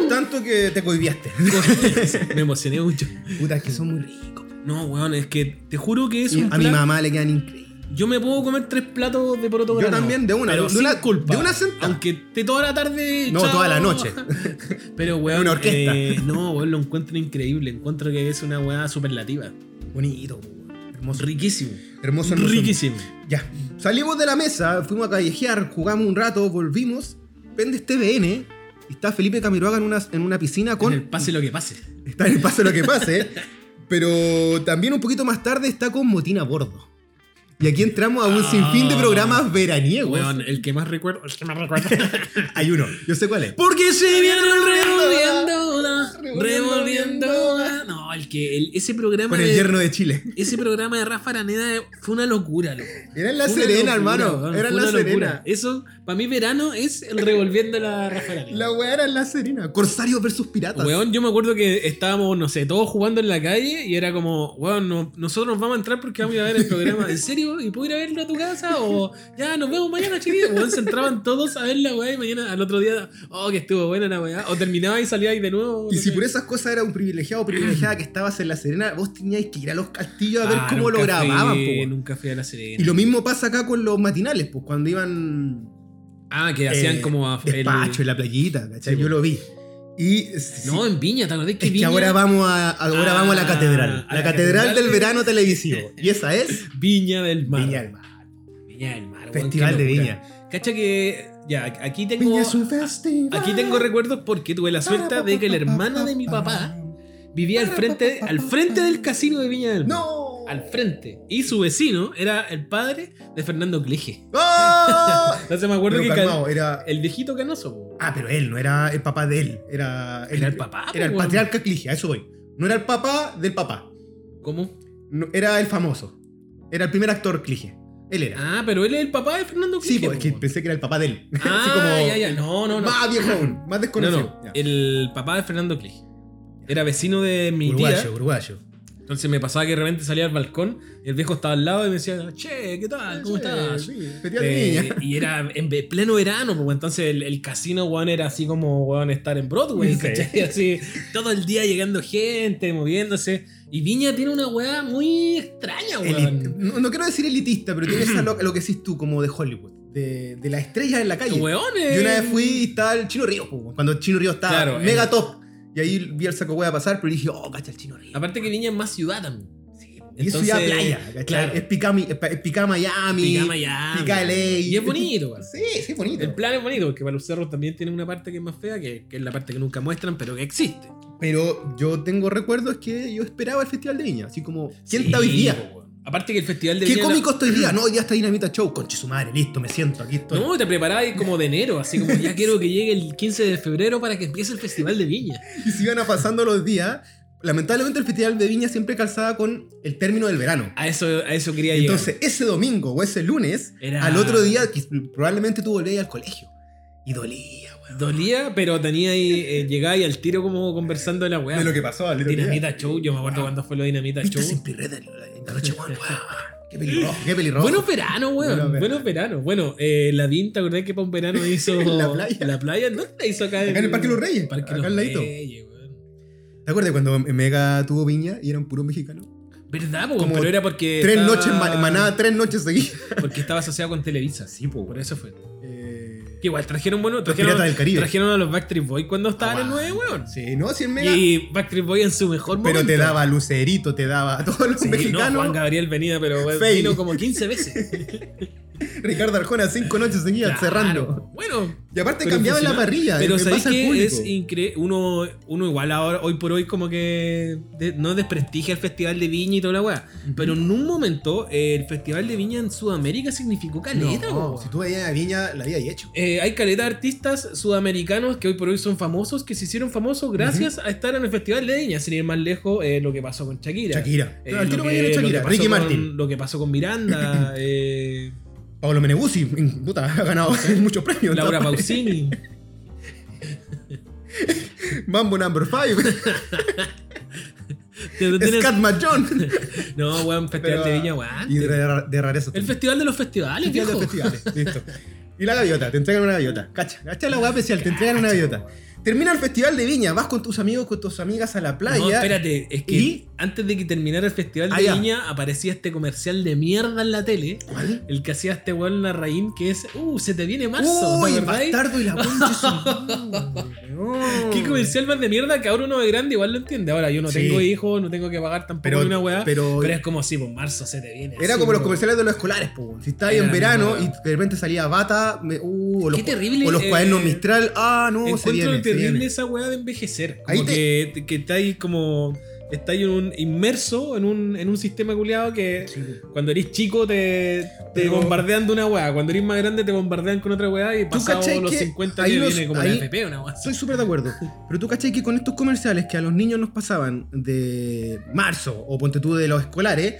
B: Tanto que te cohibiaste.
A: Me emocioné mucho.
B: Puta, es que son muy ricos.
A: No, weón, es que te juro que es
B: Y
A: un
B: a mi
A: plan-
B: mamá le quedan increíbles.
A: Yo me puedo comer tres platos de poroto
B: Yo
A: granado.
B: también, de una,
A: pero
B: de
A: sin
B: una-
A: culpa.
B: de una sentada.
A: Aunque esté toda la tarde.
B: No,
A: chao.
B: toda la noche.
A: pero, weón.
B: Una orquesta.
A: eh, no, weón, lo encuentro increíble. Encuentro que es una weá superlativa.
B: Bonito, weón. hermoso.
A: Riquísimo.
B: hermoso, hermoso.
A: Riquísimo.
B: Ya. Salimos de la mesa, fuimos a callejear, jugamos un rato, volvimos. Vendes TVN y está Felipe Camiroaga en una, en una piscina con.
A: Con el pase lo que pase.
B: Está en el pase lo que pase. Pero también un poquito más tarde está con Motina a bordo. Y aquí entramos a un
A: Ah.
B: sinfín de programas veraniegos.
A: Weón, el que más recuerdo. El que más recuerdo.
B: Hay uno, yo sé cuál es.
A: Porque se viene
B: revolviéndola,
A: revolviéndola, revolviéndola. No, el que. el- ese programa.
B: Con el
A: de-
B: yerno de Chile.
A: Ese programa de Rafa Araneda fue una locura, loco.
B: Era en la
A: Fue una
B: Serena,
A: locura,
B: hermano.
A: weón,
B: Era en
A: fue
B: la
A: una locura.
B: Serena.
A: Eso, para mí, verano es el revolviendo la Rafa Araneda.
B: La weá era en la Serena. Corsarios versus piratas.
A: Weón, yo me acuerdo que estábamos, no sé, todos jugando en la calle y era como, weón, no- nosotros vamos a entrar porque vamos a ir a ver el programa. ¿En serio? ¿Y puedo ir a verlo a tu casa? O ya, nos vemos mañana, chiquillos. Weón, se entraban todos a ver la weá y mañana al otro día, oh, que estuvo buena la weá. O terminaba y salía ahí de nuevo.
B: Y
A: no
B: si
A: sé.
B: por esas cosas era un privilegiado o privilegiada que estabas en la Serena, vos tenías que ir a los castillos a ver
A: Ah,
B: cómo lo
A: nunca fui-
B: grababan. po, weón.
A: Nunca fui a la Serena.
B: Y lo mismo pasa acá con los matinales, pues cuando iban
A: Ah, que hacían
B: eh,
A: como a, el-
B: despacho en la playita, ¿cachai?
A: Sí,
B: Yo
A: po.
B: lo vi. Y sí,
A: No, en Viña, ¿te acordás que
B: es que
A: Viña?
B: ahora vamos a ahora
A: Ah,
B: vamos a la catedral,
A: a
B: la
A: la
B: catedral
A: catedral
B: del
A: de-
B: verano televisivo. Y esa es
A: Viña del Mar.
B: Viña del Mar,
A: Viña del Mar, weón,
B: Festival
A: qué
B: de
A: locura.
B: Viña.
A: Cacha que. Ya, aquí tengo.
B: Viña es un festival.
A: Aquí tengo recuerdos porque tuve la suerte de que el hermano de mi papá vivía al frente, al frente del casino de Viña del Mar.
B: No.
A: Al frente. Y su vecino era el padre de Fernando Cleje.
B: ¡Ah!
A: Entonces me acuerdo
B: Pero
A: que
B: calmado,
A: cal-
B: era
A: el viejito canoso. po.
B: Ah, pero él no era el papá de él, era
A: Era el papá,
B: Era el
A: weón.
B: patriarca Clige, a eso voy. No era el papá del papá.
A: ¿Cómo?
B: no- era el famoso. Era el primer actor Clige. Él era.
A: Ah, pero él es el papá de Fernando
B: sí,
A: Clige,
B: pues, es que
A: po.
B: pensé que era el papá de él.
A: Ah,
B: Así como.
A: ya, ya. No, no, no.
B: Más viejo aún, más
A: No, Eh,
B: desconocido.
A: no.
B: Ya.
A: El papá de Fernando Clige. Era vecino de mi
B: uruguayo,
A: tía.
B: uruguayo.
A: Entonces me pasaba que de repente salía al balcón y el viejo estaba al lado y me decía, che, ¿qué tal? ¿Cómo
B: Sí,
A: estás?
B: Ah, Sí, petía de
A: Eh,
B: niña.
A: y era en ve- pleno verano, pues, entonces el, el casino, weón, era así como, weón, estar en Broadway,
B: Sí.
A: ¿cachai? Así, todo el día llegando gente, moviéndose. Y Viña tiene una weá muy extraña,
B: Elit-
A: weón.
B: no, no quiero decir elitista, pero tiene esa lo, lo que decís tú, como de Hollywood, de, de las estrellas en la calle.
A: Weón,
B: Yo una
A: eh.
B: vez fui y estaba el Chino Río, po, cuando Chino Río estaba
A: Claro,
B: mega
A: el-
B: top. Y ahí vi el saco a pasar, pero dije, oh, cacha el Chino Río.
A: Aparte que Viña es más ciudad también.
B: Sí, po. y eso ya
A: entonces,
B: playa, ¿cachai?
A: claro.
B: Es pica, mi- es pa- es pica Miami.
A: Pica Miami.
B: pica LA.
A: Y es bonito, weón.
B: Sí, sí, es bonito.
A: El plan es bonito, porque para los cerros también tiene una parte que es más fea, que, que es la parte que nunca muestran, pero que existe.
B: Pero yo tengo recuerdos que yo esperaba el Festival de Viña. Así como, ¿quién
A: Sí,
B: está hoy día?
A: po, weón. Aparte que el festival de
B: ¿Qué
A: Viña era-
B: cómico estoy hoy día? No, hoy día está Dinamita Show. Conche su madre, listo, me siento, aquí estoy.
A: No, te preparabas como de enero, así como ya quiero que llegue el 15 de febrero para que empiece el Festival de Viña.
B: Y si iban pasando los días, lamentablemente el Festival de Viña siempre calzaba con el término del verano.
A: A eso, a eso quería llegar.
B: Entonces, ese domingo o ese lunes,
A: Era-
B: al otro día, que probablemente tú volvías al colegio. Y dolía, weón.
A: Dolía, pero tenía ahí, eh, llegaba ahí al tiro como conversando de la weá.
B: De lo que pasó al otro día.
A: Dinamita Show, yo me acuerdo cuando fue lo de Dinamita
B: Viste
A: Show.
B: sin pirreta en la en la noche, weón. Guau, guau. Qué pelirrojo, qué pelirrojo.
A: Buenos veranos,
B: Buenos
A: weón.
B: veranos.
A: Buenos veranos. Bueno, eh, la DIN, ¿te acordás que para un verano hizo.
B: La playa.
A: La playa, ¿dónde la hizo acá?
B: Acá en el Parque Los Reyes,
A: Parque
B: acá
A: Los
B: al ladito.
A: Reyes, weón.
B: ¿Te acuerdas cuando Mega tuvo Viña y eran puro mexicano?
A: ¿Verdad, po,
B: Como
A: Pero era porque.
B: Tres
A: estaba-
B: noches, ma- manada, tres noches seguidas.
A: Porque estaba asociado con Televisa. Sí,
B: po,
A: Por eso fue.
B: Eh,
A: Que igual trajeron, bueno,
B: Los
A: trajeron,
B: Piratas del Caribe.
A: trajeron a los Backstreet Boys cuando estaban
B: Ah,
A: en 9, weón.
B: Sí, no, sí, en Mega.
A: Y Backstreet Boys en su mejor momento.
B: Pero te daba Lucerito, te daba a todos los
A: Sí,
B: mexicanos.
A: No, Juan Gabriel venía, pero weón,
B: Fail.
A: vino como 15 veces.
B: Ricardo Arjona, cinco noches seguidas
A: Claro.
B: cerrando.
A: Bueno.
B: Y aparte
A: pero
B: cambiaban la
A: funcionaba.
B: parrilla.
A: Pero
B: me
A: sabéis
B: pasa al
A: que
B: público.
A: es increíble. Uno, uno igual ahora, hoy por hoy, como que de- no desprestigia el Festival de Viña y toda la weá. Pero en un momento, eh, el Festival de Viña en Sudamérica significó caleta,
B: No,
A: weón.
B: si tú veías a Viña, la había hecho.
A: Eh, hay caleta de artistas sudamericanos que hoy por hoy son famosos, que se hicieron famosos gracias a estar en el Festival de Viña, sin ir más lejos, eh, lo que pasó con Shakira.
B: Shakira.
A: Eh,
B: No, al
A: lo
B: tiro
A: que-
B: me viene
A: lo que
B: Shakira.
A: pasó
B: Ricky
A: con-
B: Martin.
A: Lo que pasó con Miranda, eh,
B: Pablo Meneguzzi. mm, Puta, ha ganado muchos premios.
A: Laura
B: ¿no?
A: Pausini.
B: Mambo Number 5.
A: Tienes-
B: Scatman John.
A: No, weón, Festival
B: Pero,
A: de Viña, weón.
B: Y de, de rarezas.
A: El
B: también.
A: Festival de los Festivales,
B: Festival de
A: viejo.
B: festivales. Listo. Y la gaviota, te entregan una gaviota. Cacha, cacha la weá especial, te entregan una gaviota. Termina el festival de Viña, vas con tus amigos, con tus amigas a la playa.
A: No, espérate, es que
B: ¿Y?
A: antes de que terminara el Festival de
B: Ah, ya.
A: Viña aparecía este comercial de mierda en la tele.
B: ¿Cuál?
A: El que hacía este weón Larraín, que es, uh, se te viene marzo. ¿te
B: Uy,
A: acordáis?
B: bastardo y la concha de su madre, weón.
A: ¿Qué comercial más de mierda que ahora uno de grande igual lo entiende? Ahora yo no
B: Mm. Sí.
A: tengo hijos, no tengo que pagar tampoco
B: Pero-
A: ni una weá.
B: pero-
A: Pero, es como si, pues marzo se te viene.
B: Era
A: así,
B: como los
A: bro.
B: comerciales de los escolares, po. weón. Si estabas ahí en
A: Era
B: verano
A: la
B: y
A: misma.
B: de repente salía bata, me- uh, o los,
A: Qué terrible,
B: o los
A: eh,
B: cuadernos Mistral, ah, no, se
A: Encuentro
B: viene. se
A: terrible
B: viene.
A: esa weá de envejecer.
B: Ahí
A: Como que, que está ahí como. Está ahí un, inmerso en un, en un sistema culiado que cuando eres chico te, te
B: Pero-
A: bombardean de una weá. Cuando eres más grande te bombardean con otra weá y pasado
B: cachai
A: los
B: que
A: 50
B: ahí
A: te
B: los-
A: viene como
B: ahí-
A: la FP, una weá.
B: Estoy súper de acuerdo. Pero tú cachai que con estos comerciales que a los niños nos pasaban de marzo o ponte tú de los escolares,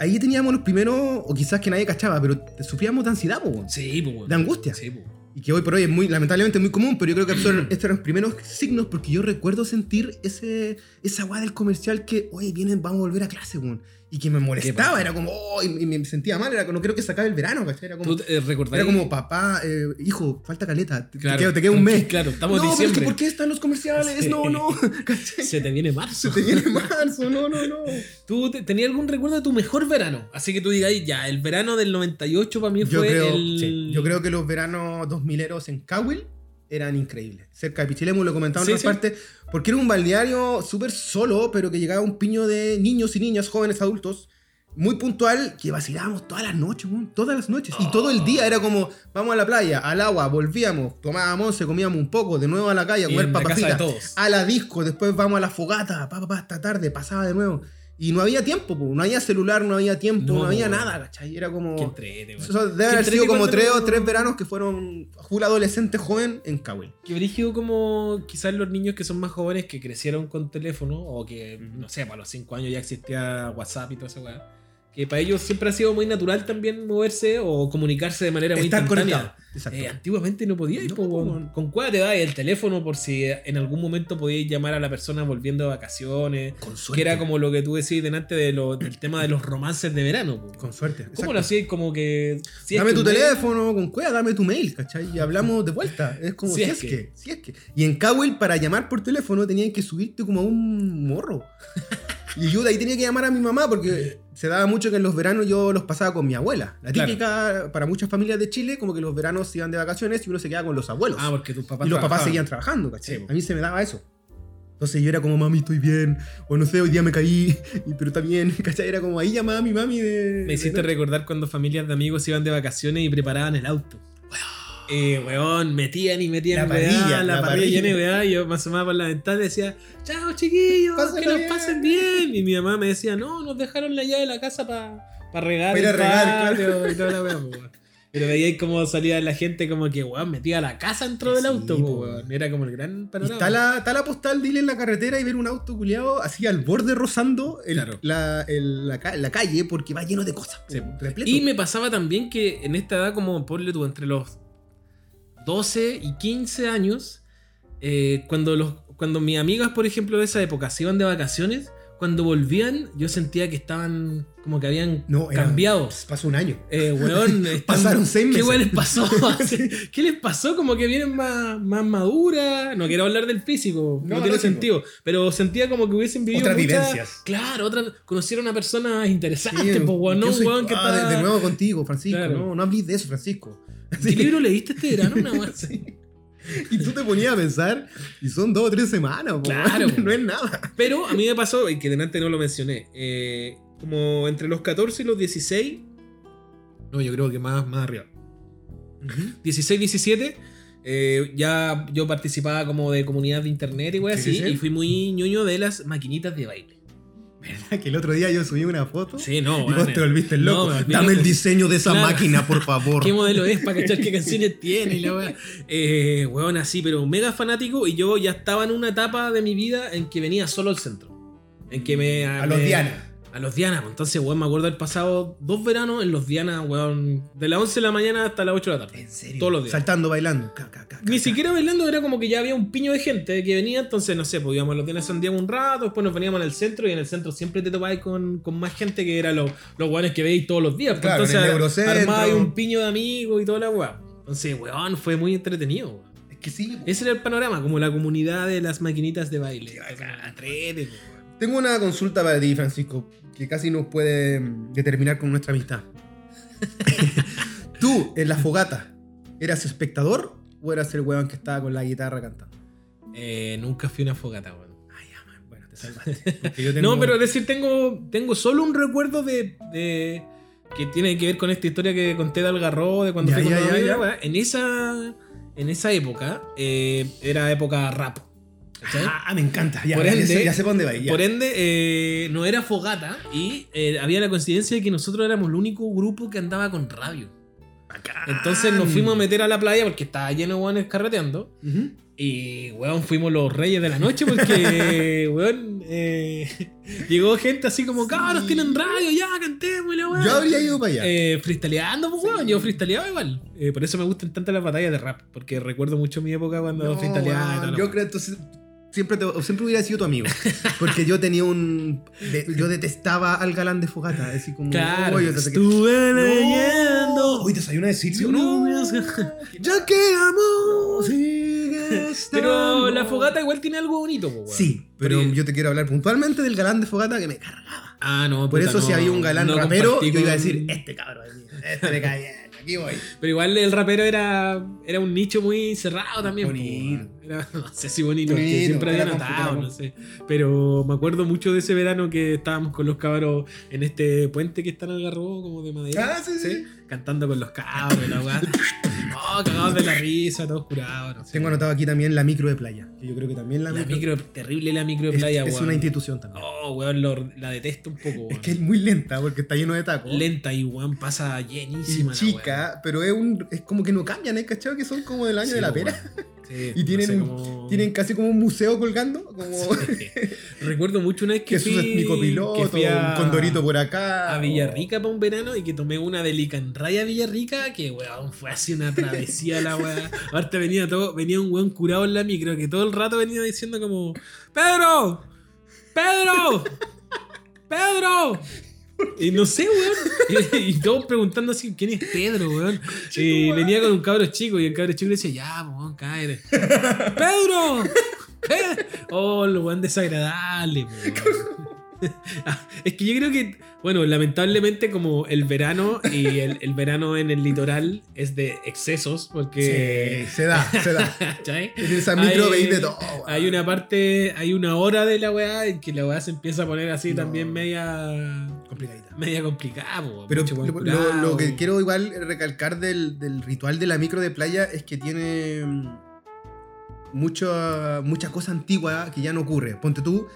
B: ahí teníamos los primeros, o quizás que nadie cachaba, pero te sufríamos de ansiedad, po, weón.
A: Sí, pues. weón.
B: de angustia.
A: Sí, pues.
B: Y que hoy por hoy es muy, lamentablemente, muy común, pero yo creo que son- estos eran los primeros signos porque yo recuerdo sentir ese, esa guada del comercial que, oye, vienen, vamos a volver a clase, weón. Y que me molestaba,
A: pasa?
B: era como, oh, y y me sentía mal, era como, no creo que se acabe el verano, ¿cachai? Era como,
A: Tú eh, recordás-
B: era como papá, eh, hijo, falta caleta, te, te
A: Claro,
B: queda- te queda un
A: tranqui-
B: mes.
A: Claro, estamos
B: no, pero es
A: diciembre.
B: que ¿por qué están los comerciales?
A: Sí.
B: No, no. ¿Cachai?
A: Se te viene marzo.
B: Se te viene marzo, no, no, no.
A: ¿Tú te- tenías algún recuerdo de tu mejor verano? Así que tú digas, ya, el verano del 98 para mí
B: Yo
A: fue
B: creo,
A: el...
B: sí, yo creo que los veranos 2000 en Cowell eran increíbles. Cerca de Pichilemu lo comentaba en
A: Sí,
B: otras
A: sí.
B: partes, porque era un balneario súper solo, pero que llegaba un piño de niños y niñas, jóvenes, adultos, muy puntual, que vacilábamos todas las noches, weón, todas las noches. Y todo el día era como, vamos a la playa, al agua, volvíamos, tomábamos once, comíamos un poco, de nuevo a la calle a
A: Y
B: comer Ah,
A: en la
B: papas
A: casa de
B: fritas,
A: todos.
B: a la disco, después vamos a la fogata, papá, pa, pa, hasta tarde, pasaba de nuevo. Y no había tiempo, po, no había celular, no había tiempo, no,
A: No,
B: había
A: weón.
B: nada, ¿cachai? Era como...
A: Qué entrete, weón.
B: Eso debe
A: Qué
B: haber sido
A: entrete
B: como
A: cuando-
B: tres o tres veranos que fueron full adolescente joven en Cahuel.
A: Que brígido como quizás los niños que son más jóvenes que crecieron con teléfono o que, no sé, para los 5 años ya existía WhatsApp y toda esa weá. Que para ellos siempre ha sido muy natural también moverse o comunicarse de manera muy
B: Estar
A: instantánea.
B: conectado. Exacto.
A: Eh, antiguamente no podías,
B: No,
A: po,
B: po,
A: weón.
B: weón.
A: con cuál te da el teléfono por si en algún momento podías llamar a la persona volviendo de vacaciones.
B: con
A: Que
B: suerte.
A: era como lo que tú decís delante de lo- del tema de los romances de verano. po.
B: Con suerte.
A: ¿Cómo
B: exacto.
A: lo hacías? Como que. si es
B: dame
A: que
B: tu
A: un mail-
B: teléfono, con cueva, dame tu mail, ¿cachai? Y hablamos de vuelta. Es como si, es, que. si es que. Y en Cowell, para llamar por teléfono, tenían que subirte como a un morro. Y yo de ahí tenía que llamar a mi mamá porque se daba mucho que en los veranos yo los pasaba con mi abuela. La
A: Claro.
B: típica para muchas familias de Chile, como que los veranos se iban de vacaciones y uno se quedaba con los abuelos.
A: Ah, porque tus papás.
B: y los papás
A: trabajaban.
B: seguían trabajando, ¿cachai?
A: Sí, po.
B: a mí se me daba eso. Entonces yo era como, mami, estoy bien. O no sé, hoy día me caí, y- pero está bien, ¿cachai? Era como, ahí llamaba a mi mami de.
A: Me hiciste
B: de-
A: recordar cuando familias de amigos iban de vacaciones y preparaban el auto. Eh, weón, metían y metían
B: La parrilla,
A: la,
B: la
A: parrilla llena de
B: parrilla.
A: weá, y yo me asomaba por la ventana y decía, chao chiquillos,
B: Pásenla
A: que nos
B: bien".
A: pasen bien. Y mi mamá me decía, no, nos dejaron la llave de la casa para regar.
B: Pa' ir a
A: el
B: regar,
A: patio", y toda la weá, po, weón. Pero veía ahí como salía la gente como que, weón, metía la casa dentro del
B: Sí,
A: auto,
B: po,
A: po, weón. Era como el gran
B: Y
A: panorama.
B: está la, está la postal de ir en la carretera y ver un auto culiado así al borde rozando el-
A: Claro.
B: la, el- la ca- la calle porque va lleno de cosas.
A: Sí.
B: po, repleto.
A: Y me pasaba también que en esta edad, como ponle tú, entre los 12 y 15 años, eh, cuando, los, cuando mis amigas, por ejemplo, de esa época se iban de vacaciones, cuando volvían, yo sentía que estaban como que habían
B: No, eran-
A: cambiado.
B: Pasó un año.
A: Eh, weón, están-
B: Pasaron seis
A: ¿Qué
B: meses.
A: weón les pasó? ¿Qué les pasó? Como que vienen más, más maduras. No quiero hablar del físico, no,
B: No,
A: tiene
B: no, sí,
A: sentido. Pero sentía como que hubiesen vivido.
B: Otras
A: muchas-
B: vivencias.
A: Claro, otra, conocieron a personas interesantes,
B: Sí,
A: po, weón, no
B: yo
A: un
B: soy-
A: weón que
B: ah,
A: está.
B: de, de nuevo contigo, Francisco.
A: Claro.
B: No, no hables de eso, Francisco.
A: ¿Qué libro leíste este verano? Una weá así.
B: Y tú te ponías a pensar y son dos o tres semanas. po,
A: Claro, po.
B: no es nada.
A: Pero a mí me pasó, y que delante no lo mencioné, eh, como entre los 14 y los 16, no, yo creo que más, más arriba. 16, 17, eh, ya yo participaba como de comunidad de internet y wey
B: Sí,
A: así,
B: sí, sí.
A: y fui muy ñoño de las maquinitas de baile.
B: que el otro día yo subí una foto
A: Sí, no,
B: y
A: weón,
B: vos te
A: eh.
B: volviste
A: No,
B: loco.
A: me volví
B: Dame el
A: loco.
B: diseño de esa
A: Claro.
B: máquina, por favor.
A: ¿Qué modelo es para cachar qué canciones tiene? y La wea? eh, weón, así, pero mega fanático. Y yo ya estaba en una etapa de mi vida en que venía solo al centro. En que me.
B: a los
A: me-
B: Diana.
A: A los Diana, pues, entonces, weón, me acuerdo del pasado dos veranos en los Diana, weón, de las 11 de la mañana hasta las 8 de la tarde.
B: En serio.
A: Todos los días.
B: Saltando, bailando. Ca, ca, ca, ca,
A: Ni
B: ca.
A: siquiera bailando, era como que ya había un piño de gente que venía, entonces, no sé, pues íbamos a los Diana a Santiago un rato, después nos veníamos al centro y en el centro siempre te topabas con, con más gente que era los los weones que veis todos los días. Pues,
B: Claro, en el
A: entonces,
B: Eurocentro.
A: armabas un piño de amigos y toda la weá. Entonces, weón, fue muy entretenido, weón.
B: Es que sí. po.
A: Ese era el panorama, como la comunidad de las maquinitas de baile.
B: Qué bacán.
A: Atrete, pues, weón.
B: Tengo una consulta para ti, Francisco, que casi nos puede mm, determinar con nuestra amistad. Tú, en la fogata, ¿eras espectador o eras el weón que estaba con la guitarra cantando?
A: Eh, nunca fui a una fogata, weón.
B: Ay, ya, man, bueno, te salvaste. Porque yo
A: No, pero es decir, tengo, tengo solo un recuerdo de, de- que tiene que ver con esta historia que conté de Algarro, de cuando
B: Ya,
A: fui con
B: ya,
A: Don
B: ya,
A: Omega,
B: ya.
A: weá. En esa, en esa época eh, era época rap. ¿cachai?
B: Ah, me encanta. Ya,
A: Por
B: ya
A: ende-
B: sé, ya sé para dónde va. ya.
A: Por e- ende, eh, no era fogata y eh, había la coincidencia de que nosotros éramos el único grupo que andaba con radio.
B: Bacán.
A: Entonces
B: Ah.
A: nos fuimos a meter a la playa porque estaba lleno de guanes carreteando.
B: Ujú.
A: Y, weón, fuimos los reyes de la noche porque, weón, eh, llegó gente así como, cabros, tienen radio, ya, cantemos, y la weón.
B: Yo habría ido para allá.
A: Eh, freestyleando, pues, weón, yo freestyleaba igual. Eh, por eso me gustan tanto las batallas de rap, porque recuerdo mucho mi época cuando
B: No,
A: freestyleaba y
B: weón,
A: tal.
B: yo creo entonces siempre, te- siempre hubiera sido tu amigo. Porque yo tenía un. de- yo detestaba al galán de fogata. Así como.
A: Claro,
B: "Oye, desde que-
A: estuve
B: No.
A: leyendo.
B: Uy, desayuno de Silvio.
A: No,
B: No,
A: ya que amo. Pero la
B: fogata
A: fogata igual tiene algo bonito, pues, weón.
B: Sí, pero
A: Porque-
B: yo te quiero hablar puntualmente del galán de fogata que me cargaba.
A: Ah, no,
B: Por
A: puta,
B: eso, si
A: no,
B: había un galán
A: no
B: rapero,
A: compartí
B: yo iba a
A: con-
B: decir: Este cabrón es mío, este me cae bien, aquí voy.
A: Pero igual el rapero era, era un nicho muy cerrado también. po,
B: Bonito.
A: weón. Era- no sé si bonito,
B: Bonito,
A: porque siempre había
B: era
A: notado,
B: complicado.
A: no sé. Pero me acuerdo mucho de ese verano que estábamos con los cabros en este puente que está en Algarrobo, como de madera.
B: Ah, sí, sí.
A: Cantando con los cabros, la weá. todos cagados de la risa, todos curados. no sé.
B: Tengo anotado aquí también la micro de playa. Que yo creo que también la,
A: la
B: micro,
A: micro, terrible la micro de
B: es,
A: playa,
B: es
A: weón.
B: una institución también.
A: Oh, weón, lo- la detesto un poco, weón.
B: Es que es muy lenta porque está lleno de tacos.
A: lenta y weón pasa
B: y
A: llenísima. la
B: chica, pero es, un, es como que no cambian, ¿eh? ¿Cachado? Que son como del
A: weá.
B: año
A: Sí,
B: de la pera.
A: weón. Sí,
B: Y tienen,
A: no sé cómo-
B: tienen casi como un museo colgando. Como
A: Recuerdo mucho una vez que
B: que
A: fui,
B: Jesús es mi
A: que
B: copiloto,
A: fui a-
B: un condorito por acá.
A: a
B: o-
A: Villarrica para un verano y que tomé una de Licanray a Villarrica, que weón, fue así una travesía la weá. Aparte venía todo, venía un weón curado en la micro que todo el rato venía diciendo como ¡Pedro! ¡Pedro! ¡Pedro! Y no sé, weón. Y, y todos preguntando así, ¿quién es Pedro, weón? Y venía con un cabro chico y el cabro chico le decía, ya, weón, cállate. ¡Pedro! Pe- Oh, lo weón desagradable, weón. Ah, Es que yo creo que, bueno, lamentablemente como el verano y el, el verano en el litoral es de excesos, porque...
B: Sí, se da, se da.
A: ¿Cachai?
B: En esa micro
A: Hay-
B: veis de todo.
A: Hay una parte, hay una hora de la weá en que la weá se empieza a poner así
B: No.
A: también media...
B: complicadita.
A: Media complicada, po,
B: Pero
A: mucho weón
B: lo, lo-
A: curado.
B: lo que quiero igual recalcar del, del ritual de la micro de playa es que tiene mm, mucha, mucha cosa antigua que ya no ocurre. Ponte tú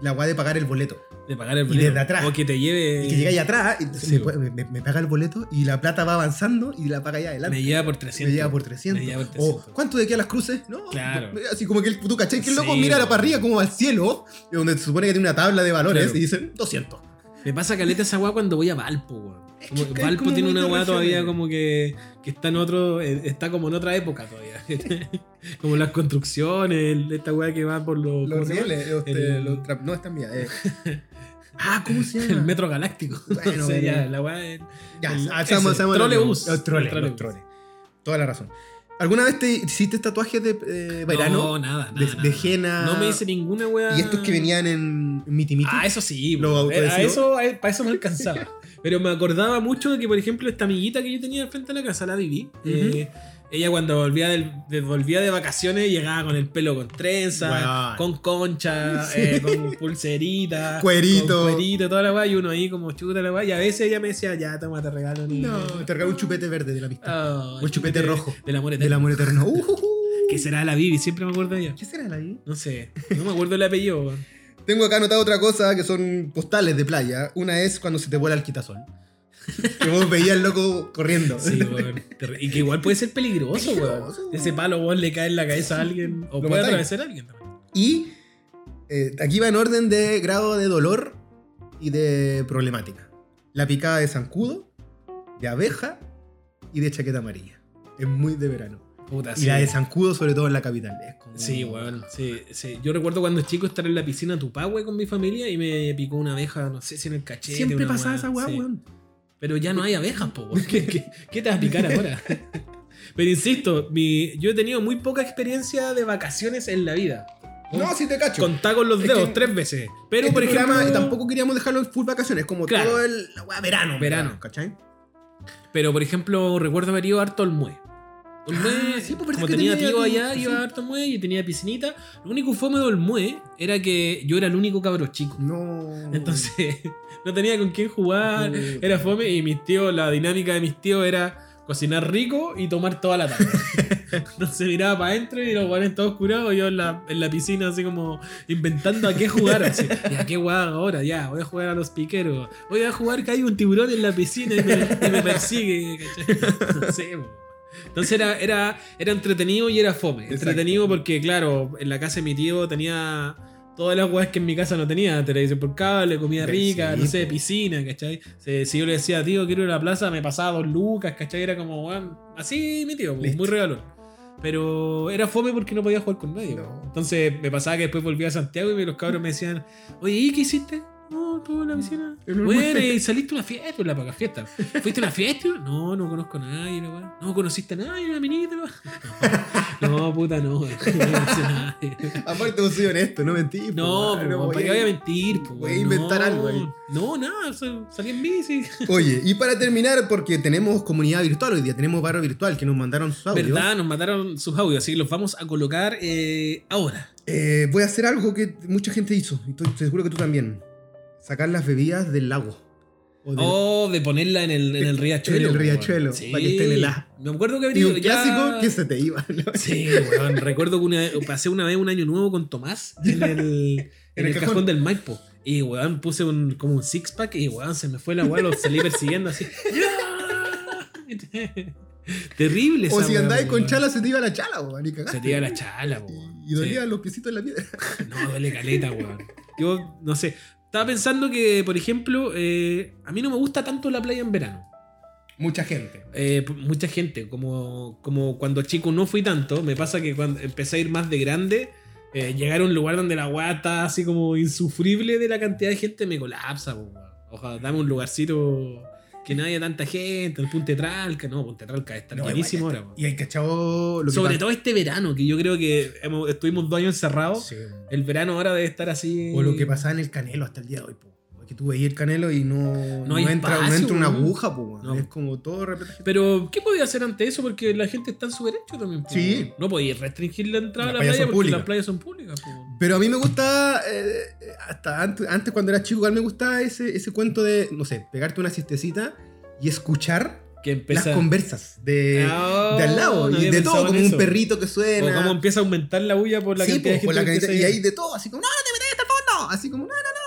B: la guay de pagar el boleto.
A: De pagar el
B: y
A: boleto.
B: desde atrás.
A: O que te lleve...
B: Y que llega ahí atrás, y
A: Eh, sí,
B: me,
A: po.
B: me- me- me paga el boleto y la plata va avanzando y la paga ya
A: Me
B: adelante.
A: lleva por
B: Me,
A: 300.
B: llega por 300.
A: Me lleva por
B: O,
A: 300.
B: ¿Cuánto de aquí a las cruces? No,
A: Claro.
B: Así como que el, tú cachai que el loco
A: Sí,
B: mira
A: po.
B: la parrilla como al cielo, donde se supone que tiene una tabla de valores
A: Claro.
B: y dicen 200.
A: Me pasa caleta esa weá cuando voy a Valpo, weón. Como
B: que
A: que
B: es
A: Valpo
B: como eh.
A: tiene
B: muy
A: una
B: de
A: weá todavía
B: regiones.
A: como que, que está en otro. eh, Está como en otra época todavía. como las construcciones, el- esta weá que va por los. ¿cómo
B: Los
A: se llama?
B: rieles,
A: El-
B: este, los tra- no, esta es mía. eh. Ah, ¿cómo se llama?
A: El metro galáctico.
B: Bueno,
A: No sé,
B: bueno.
A: ya, la weá es-
B: Ya,
A: El-
B: alzamos,
A: ese,
B: alzamos la-
A: trolebús.
B: Los troles,
A: El trolebús.
B: los troles. Toda la razón. ¿Alguna vez te hiciste tatuajes de eh,
A: No,
B: verano?
A: nada.
B: de-
A: nada,
B: de
A: nada.
B: henna.
A: No me hice ninguna weá.
B: y estos que venían en Miti Miti.
A: Ah, eso sí,
B: Lo
A: po. Eh, a
B: autodecido.
A: eso, a- para eso me alcanzaba. Pero me acordaba mucho de que, por ejemplo, esta amiguita que yo tenía al frente de la casa, la viví. ella cuando volvía, del- de, volvía de vacaciones llegaba con el pelo con trenza,
B: Weón.
A: con concha, eh, con pulserita,
B: Cuerito.
A: con cuerito, toda la weá, y uno ahí como chuta la weá. Y a veces ella me decía, ya, toma, te regalo. ni-
B: no, te regaló un chupete verde de la amistad.
A: Oh,
B: O el chupete rojo.
A: Del amor
B: Del
A: eterno.
B: amor eterno. Ujujú.
A: Que será la Vivi, siempre me acuerdo de ella.
B: ¿Qué será la vida?
A: No sé, no me acuerdo el apellido. weón.
B: Tengo acá anotada otra cosa que son postales de playa. Una es cuando se te vuela el quitasol. que vos veías al loco corriendo.
A: Sí, weón. Terri- Y que igual puede ser peligroso,
B: Peligroso,
A: weón.
B: weón.
A: Ese palo, weón, le cae en la cabeza a alguien. O
B: Lo
A: puede
B: matáis.
A: atravesar a alguien también.
B: Y eh, aquí va en orden de grado de dolor y de problemática. La picada de zancudo, de abeja y de chaqueta amarilla. Es muy de verano.
A: Puta,
B: Y
A: sí.
B: la de zancudo, sobre todo en la capital. Es como-
A: Sí, weón. Sí, sí. Yo recuerdo cuando chico estar en la piscina Tupahue con mi familia y me picó una abeja, no sé si en el cachete.
B: Siempre
A: una
B: pasaba
A: weá,
B: esa weá,
A: sí.
B: weón.
A: Pero ya no hay abejas, po, weón. ¿Qué, qué, qué te vas a picar ahora? Pero insisto, mi, yo he tenido muy poca experiencia de vacaciones en la vida.
B: No, si te cacho.
A: Contá con los
B: Es
A: dedos
B: que-
A: tres veces. Pero,
B: Este
A: por ejemplo,
B: programa tampoco queríamos dejarlo en full vacaciones, como
A: Claro.
B: todo el la weá, verano.
A: Verano.
B: ¿Cachai?
A: Pero, por ejemplo, recuerdo haber ido harto al Mue. El Mue,
B: sí, pues, parece
A: como
B: que
A: tenía
B: tenía
A: tío
B: tu-
A: allá,
B: sí.
A: iba harto al Mue y tenía piscinita. Lo único fome del Mue era que yo era el único cabro chico.
B: No.
A: Entonces, no tenía con quién jugar,
B: Puta.
A: era fome y mis tíos, la dinámica de mis tíos era cocinar rico y tomar toda la tarde. Entonces miraba para adentro y los guanes todos curados, yo en la, en la piscina así como inventando a qué jugar. Así, ya, qué guay ahora, ya, voy a jugar a los piqueros, voy a jugar que hay un tiburón en la piscina y me, y me persigue. ¿cachai? No sé, po. entonces era, era, era entretenido y era fome.
B: Exacto.
A: Entretenido porque, claro, en la casa de mi tío tenía todas las weas que en mi casa no tenía, televisión por cable, comida
B: Sí,
A: rica,
B: sí,
A: no sé,
B: po.
A: piscina, ¿cachai? Se- Si yo le decía, tío, quiero ir a la plaza, me pasaba dos lucas, ¿cachai? Era como, weón, así mi tío, pues,
B: Listo.
A: muy regalón. Pero era fome porque no podía jugar con nadie.
B: No.
A: po. Entonces me pasaba que después volvía a Santiago y me- los cabros me decían, oye, ¿y qué hiciste? No, estuve en la piscina.
B: En el
A: Bueno, y saliste a una fiesta, en la paca fiesta. ¿Fuiste a una fiesta? No, no conozco a nadie, la weá. No conociste a nadie, una minita, la weá?" no, no, puta, no. No conocí a nadie.
B: Aparte, vos soy honesto, no mentí.
A: No,
B: po,
A: pues, weón,
B: voy
A: ¿para qué
B: a-
A: voy a mentir? pues,
B: voy a
A: weón?
B: inventar
A: No,
B: algo ahí.
A: No, nada, sal- salí en bici.
B: Oye, y para terminar, porque tenemos comunidad virtual hoy día, tenemos barrio virtual que nos mandaron sus audios.
A: ¿Verdad? Nos mataron sus audios, así que los vamos a colocar eh, ahora.
B: Eh, voy a hacer algo que mucha gente hizo, y estoy seguro que tú también. Sacar las bebidas del lago. O de-
A: Oh, de ponerla en el, en el riachuelo. pues,
B: En el
A: weón.
B: riachuelo, para que esté en el A.
A: Me acuerdo que
B: y
A: había
B: un
A: ido ya-
B: clásico que se te iba. ¿no?
A: Sí, weón. Recuerdo que una- pasé una vez un año nuevo con Tomás en el, en
B: En el
A: el cajón.
B: cajón.
A: del Maipo. Y weón, puse un, como un six pack y weón, se me fue la weón, lo salí persiguiendo así. Terrible
B: O
A: esa
B: si
A: weá,
B: andáis con
A: weón.
B: chala, se te iba la chala, weón. Y cagaste.
A: Se te iba la chala, weón.
B: Y dolían los piecitos en la piedra.
A: Sí. No, duele caleta, weón. Yo, no sé. Estaba pensando que, por ejemplo, eh, a mí no me gusta tanto la playa en verano.
B: Mucha gente.
A: Eh, p- mucha gente, como, como cuando chico no fui tanto, me pasa que cuando empecé a ir más de grande, eh, llegar a un lugar donde la guata, así como insufrible de la cantidad de gente, me colapsa. po, weón. Ojalá, dame un lugarcito que no haya tanta gente, el Punte Tralca, no, Punte Tralca está
B: No,
A: llenísimo
B: igual,
A: ahora. po.
B: Y hay cachado lo que
A: Sobre
B: pasa-
A: todo este verano, que yo creo que hemos- estuvimos dos años encerrados.
B: Sí, weón.
A: El verano ahora debe estar así.
B: O lo que pasaba en el canelo hasta el día de hoy, po. Que tú veías el canelo y no, no,
A: hay
B: entra, no
A: espacio,
B: entra una
A: weón.
B: aguja, po. weón.
A: No.
B: Es como todo repetido.
A: Pero, ¿qué podía hacer ante eso? Porque la gente está en su derecho también. po.
B: Sí.
A: No podía restringir la entrada a
B: Las
A: la playa
B: playas son
A: porque
B: públicas.
A: las playas son públicas. po.
B: Pero a mí me gusta, eh, hasta antes, antes cuando era chico, igual me gustaba ese, ese cuento de, no sé, pegarte una siestecita y escuchar
A: Que empieza.
B: las conversas de,
A: Ah,
B: de al lado.
A: no
B: y
A: había
B: de todo,
A: pensado en
B: como un
A: eso.
B: perrito que
A: O
B: suena.
A: cómo empieza a aumentar la bulla por la
B: Sí,
A: cantidad de
B: po, por
A: gente
B: la
A: que
B: cantidad-
A: empieza
B: y
A: a
B: hay
A: ir.
B: de todo, así como, no, no te metas hasta el fondo. Así como, no, no,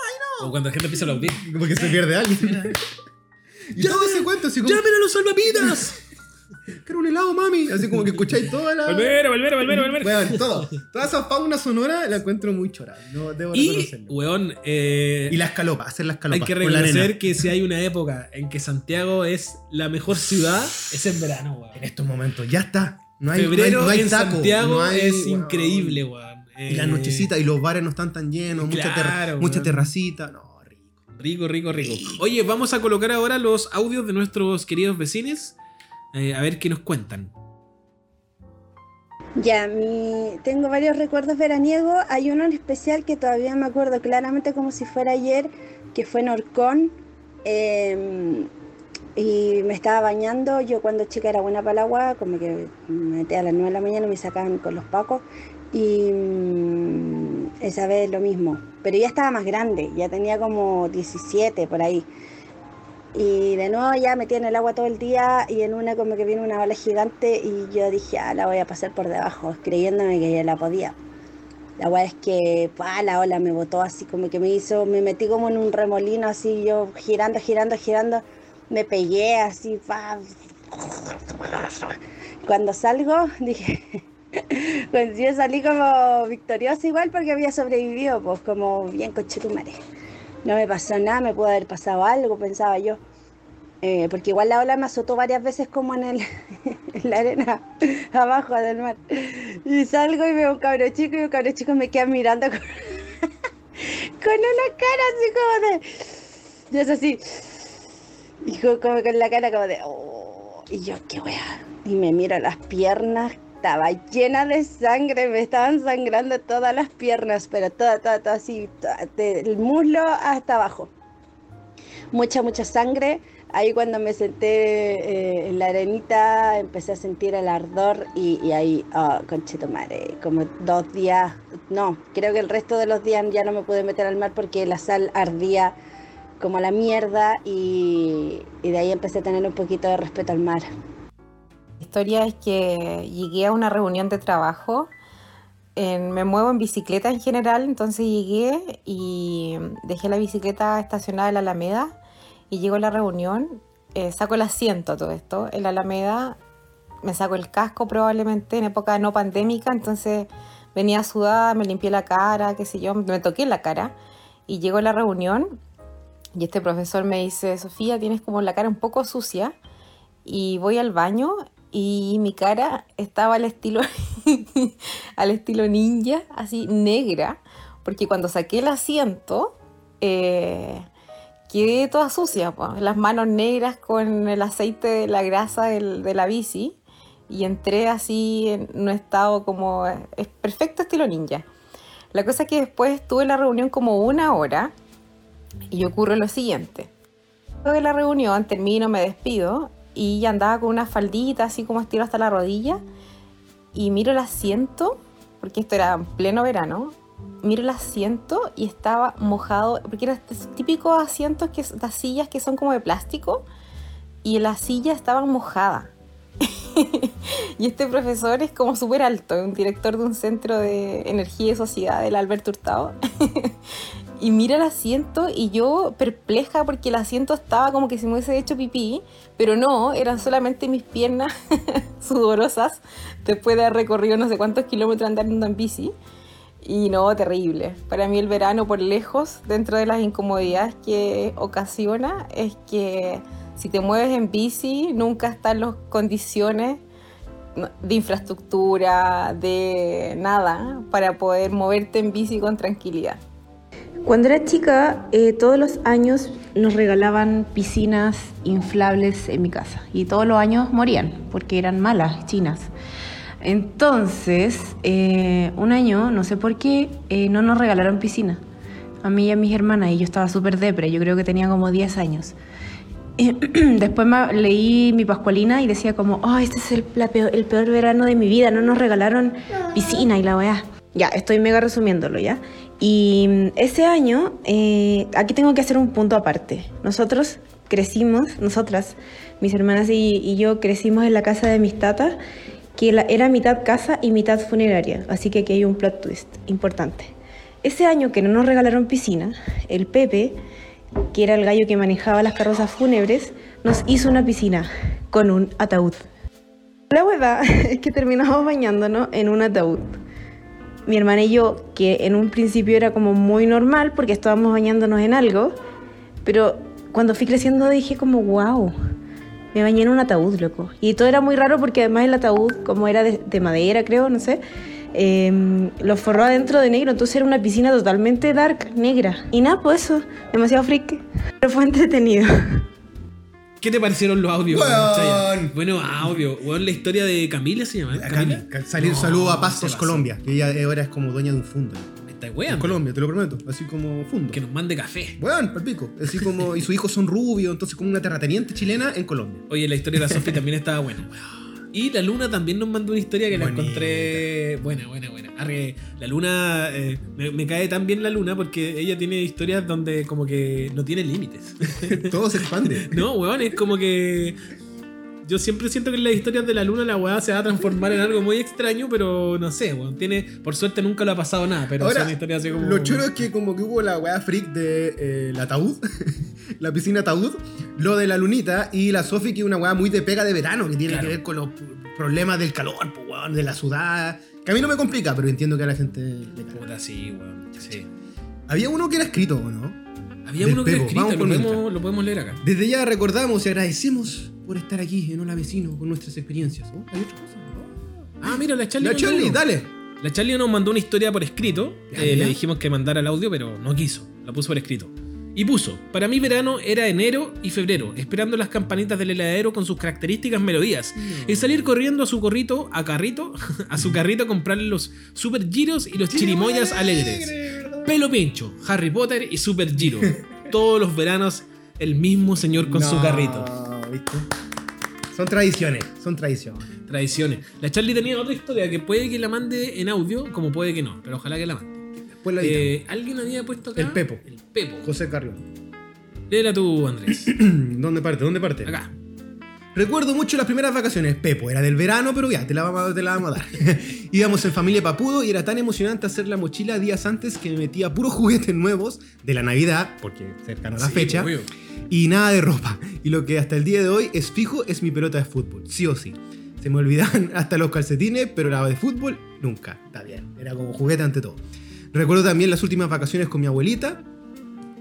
A: O cuando la gente empieza a aplaudir.
B: no. Como que se pierde alguien. y todo ese cuento, así como,
A: ¡Llamen a los salvavidas!
B: quiero un helado, mami. Así como que escucháis toda la.
A: ¡Volver, volver, volver, volver!
B: Weón, todo. Toda esa fauna sonora la encuentro muy chora. No debo
A: y,
B: reconocerlo.
A: weón, eh,
B: Y las calopas, hacer las
A: hay
B: calopas.
A: que
B: con la arena.
A: reconocer que si hay una época en que Santiago es la mejor ciudad, es en verano,
B: En
A: weón.
B: estos momentos, ya está. No hay,
A: Febrero
B: no hay, no hay
A: en
B: taco,
A: Santiago
B: no hay-
A: es
B: weón.
A: increíble, weón.
B: Y las
A: Eh,
B: nochecitas y los bares no están tan llenos, mucha, terra-
A: Claro,
B: mucha
A: weón.
B: terracita. No, rico.
A: Rico, rico, rico. Oye, vamos a colocar ahora los audios de nuestros queridos vecinos. eh, a ver qué nos cuentan.
D: Ya, mi... tengo varios recuerdos veraniegos. Hay uno en especial que todavía me acuerdo claramente como si fuera ayer, que fue en Orcón. em, y me estaba bañando. Yo cuando chica era buena para el agua, como que me metía a las 9 de la mañana y me sacaban con los pacos. Y mm, esa vez lo mismo. Pero ya estaba más grande, ya tenía como 17 por ahí. Y de nuevo ya metí en el agua todo el día y en una como que viene una ola gigante y yo dije, ah, la voy a pasar por debajo, creyéndome que ya la podía. La weá es que, pa, la ola me botó así como que me hizo, me metí como en un remolino así, yo girando, girando, girando, me pegué así, pa. Cuando salgo, dije, pues yo salí como victoriosa igual porque había sobrevivido, pues como bien conchetumare. No me pasó nada, me pudo haber pasado algo, pensaba yo. Eh, porque igual la ola me azotó varias veces como en, el, en la arena abajo del mar. Y salgo y veo un cabro chico y un cabro chico me queda mirando con, con una cara así como de... Y es así. Y co- como con la cara como de... "Oh". Y yo, qué wea. Y me miro las piernas. Estaba llena de sangre, me estaban sangrando todas las piernas, pero toda, toda, toda así, toda, del muslo hasta abajo. Mucha, mucha sangre. Ahí cuando me senté eh, en la arenita empecé a sentir el ardor y, y ahí, oh, conchetumare, como dos días, no, creo que el resto de los días ya no me pude meter al mar porque la sal ardía como la mierda y, y de ahí empecé a tener un poquito de respeto al mar.
E: La historia es que llegué a una reunión de trabajo. en- me muevo en bicicleta en general, entonces llegué y dejé la bicicleta estacionada en la Alameda y llego a la reunión, eh, saco el asiento todo esto en la Alameda, me saco el casco probablemente en época no pandémica, entonces venía sudada, me limpié la cara, qué sé yo, me toqué la cara y llego a la reunión y este profesor me dice, Sofía, tienes como la cara un poco sucia y voy al baño y mi cara estaba al estilo al estilo ninja, así negra, porque cuando saqué el asiento eh, quedé toda sucia, po, las manos negras con el aceite de la grasa del- de la bici y entré así en un estado como eh, es perfecto estilo ninja. La cosa es que después estuve en la reunión como una hora y ocurre lo siguiente. Luego de la reunión termino, me despido y andaba con una faldita así como estiro hasta la rodilla y miro el asiento, porque esto era en pleno verano, miro el asiento y estaba mojado, porque eran estos típicos asientos, que, las sillas que son como de plástico, y la silla estaba mojada. y este profesor es como súper alto, un director de un centro de energía y sociedad, el Albert Hurtado. y mira el asiento y yo perpleja porque el asiento estaba como que si me hubiese hecho pipí, pero no, eran solamente mis piernas sudorosas después de haber recorrido no sé cuántos kilómetros andando en bici. Y no, terrible. Para mí el verano por lejos, dentro de las incomodidades que ocasiona, es que si te mueves en bici, nunca están las condiciones de infraestructura, de nada, para poder moverte en bici con tranquilidad.
F: Cuando era chica, eh, todos los años nos regalaban piscinas inflables en mi casa y todos los años morían porque eran malas, chinas. Entonces, eh, un año, no sé por qué, eh, no nos regalaron piscina. A mí y a mis hermanas, y yo estaba súper depre, yo creo que tenía como 10 años. Después me- leí mi Pascualina y decía como, oh, este es el, la peor, el peor verano de mi vida, no nos regalaron piscina y la weá. Ya, estoy mega resumiéndolo, ¿ya? Y mm, ese año, eh, aquí tengo que hacer un punto aparte. Nosotros crecimos, nosotras, mis hermanas y, y yo crecimos en la casa de mis tatas, que la- era mitad casa y mitad funeraria, así que aquí hay un plot twist importante. Ese año que no nos regalaron piscina, el Pepe, que era el gallo que manejaba las carrozas fúnebres, nos hizo una piscina con un ataúd. La hueá es que terminamos bañándonos en un ataúd. Mi hermana y yo, que en un principio era como muy normal porque estábamos bañándonos en algo, pero cuando fui creciendo dije como, wow, me bañé en un ataúd, loco. Y todo era muy raro porque además el ataúd, como era de, de madera, creo, no sé, eh, lo forró adentro de negro. Entonces era una piscina totalmente dark, negra. Y nada, pues eso, demasiado freak. Pero fue entretenido.
A: ¿Qué te parecieron los audios?
B: Weón.
A: Chaya? Bueno, audio. Weón, la historia de Camila se llama. ¿eh? Camila.
B: Salir
A: No, este
B: saludo a Pastos
A: Sebastián.
B: Colombia, que ella ahora es como dueña de un fundo.
A: Me está
B: En
A: weando.
B: Colombia, te lo prometo, así como fundo.
A: Que nos mande café.
B: Bueno, palpico. Así como, y sus hijos son rubios, entonces como una terrateniente chilena en Colombia.
A: Oye, la historia de la Sofi también estaba buena. Y la Luna también nos mandó una historia que la
B: Bonita.
A: encontré buena, buena, buena. Arre, la Luna, eh, me, me cae tan bien la Luna porque ella tiene historias donde como que no tiene límites.
B: Todo se expande.
A: No, weón, es como que. Yo siempre siento que en las historias de la luna la weá se va a transformar en algo muy extraño, pero no sé, weón. Tiene, por suerte nunca le ha pasado nada, pero
B: Ahora,
A: son historias así como.
B: Lo chulo es que como que hubo la weá freak de eh, el ataúd, la piscina ataúd, lo de la lunita y la Sofi que es una weá muy de pega de verano que tiene
A: Claro.
B: que ver con los problemas del calor, po, weón, de la sudada. Que a mí no me complica, pero entiendo que a la gente le carga.
A: Puta, sí, weón. Sí.
B: Había uno que era escrito, ¿o ¿no?
A: Había
B: Del
A: uno que era
B: Pepo,
A: escrito,
B: vamos
A: lo
B: con
A: podemos,
B: Milka.
A: lo podemos leer acá.
B: Desde ya recordamos y agradecemos por estar aquí en Hola Vecino con nuestras experiencias. ¿Oh? ¿Hay otra cosa?
A: Ah, mira, la Charlie.
B: La
A: nos
B: Charlie,
A: mandó.
B: dale.
A: La Charlie nos mandó una historia por escrito.
B: Ya,
A: Eh, le
B: mira.
A: dijimos que mandara el audio, pero no quiso. La puso por escrito. Y puso, para mí verano era enero y febrero, esperando las campanitas del heladero con sus características melodías. Y salir corriendo a su corrito, a carrito, a su carrito a comprarle los super giros y los chirimoyas alegres. Pelo pincho, Harry Potter y super giro. Todos los veranos el mismo señor con su
B: No,
A: carrito.
B: ¿viste? Son tradiciones, son tradiciones.
A: Tradiciones. La Charlie tenía otra historia que puede que la mande en audio, como puede que no, pero ojalá que la mande.
B: Después la editamos.
A: Eh, ¿Alguien había puesto acá?
B: El Pepo.
A: El Pepo.
B: José Carrión.
A: Léela tú, Andrés.
B: ¿Dónde parte? ¿Dónde parte?
A: Acá.
B: Recuerdo mucho las primeras vacaciones. Pepo, era del verano, pero ya, te la vamos, a- te la vamos a dar. Íbamos en familia Papudo y era tan emocionante hacer la mochila días antes que me metía puros juguetes nuevos de la Navidad, porque cercano a la
A: Sí, pues,
B: fecha,
A: obvio.
B: y nada de ropa. Y lo que hasta el día de hoy es fijo es mi pelota de fútbol, sí o sí. Se me olvidaban hasta los calcetines, pero la de fútbol nunca. Está bien, era como juguete ante todo. Recuerdo también las últimas vacaciones con mi abuelita,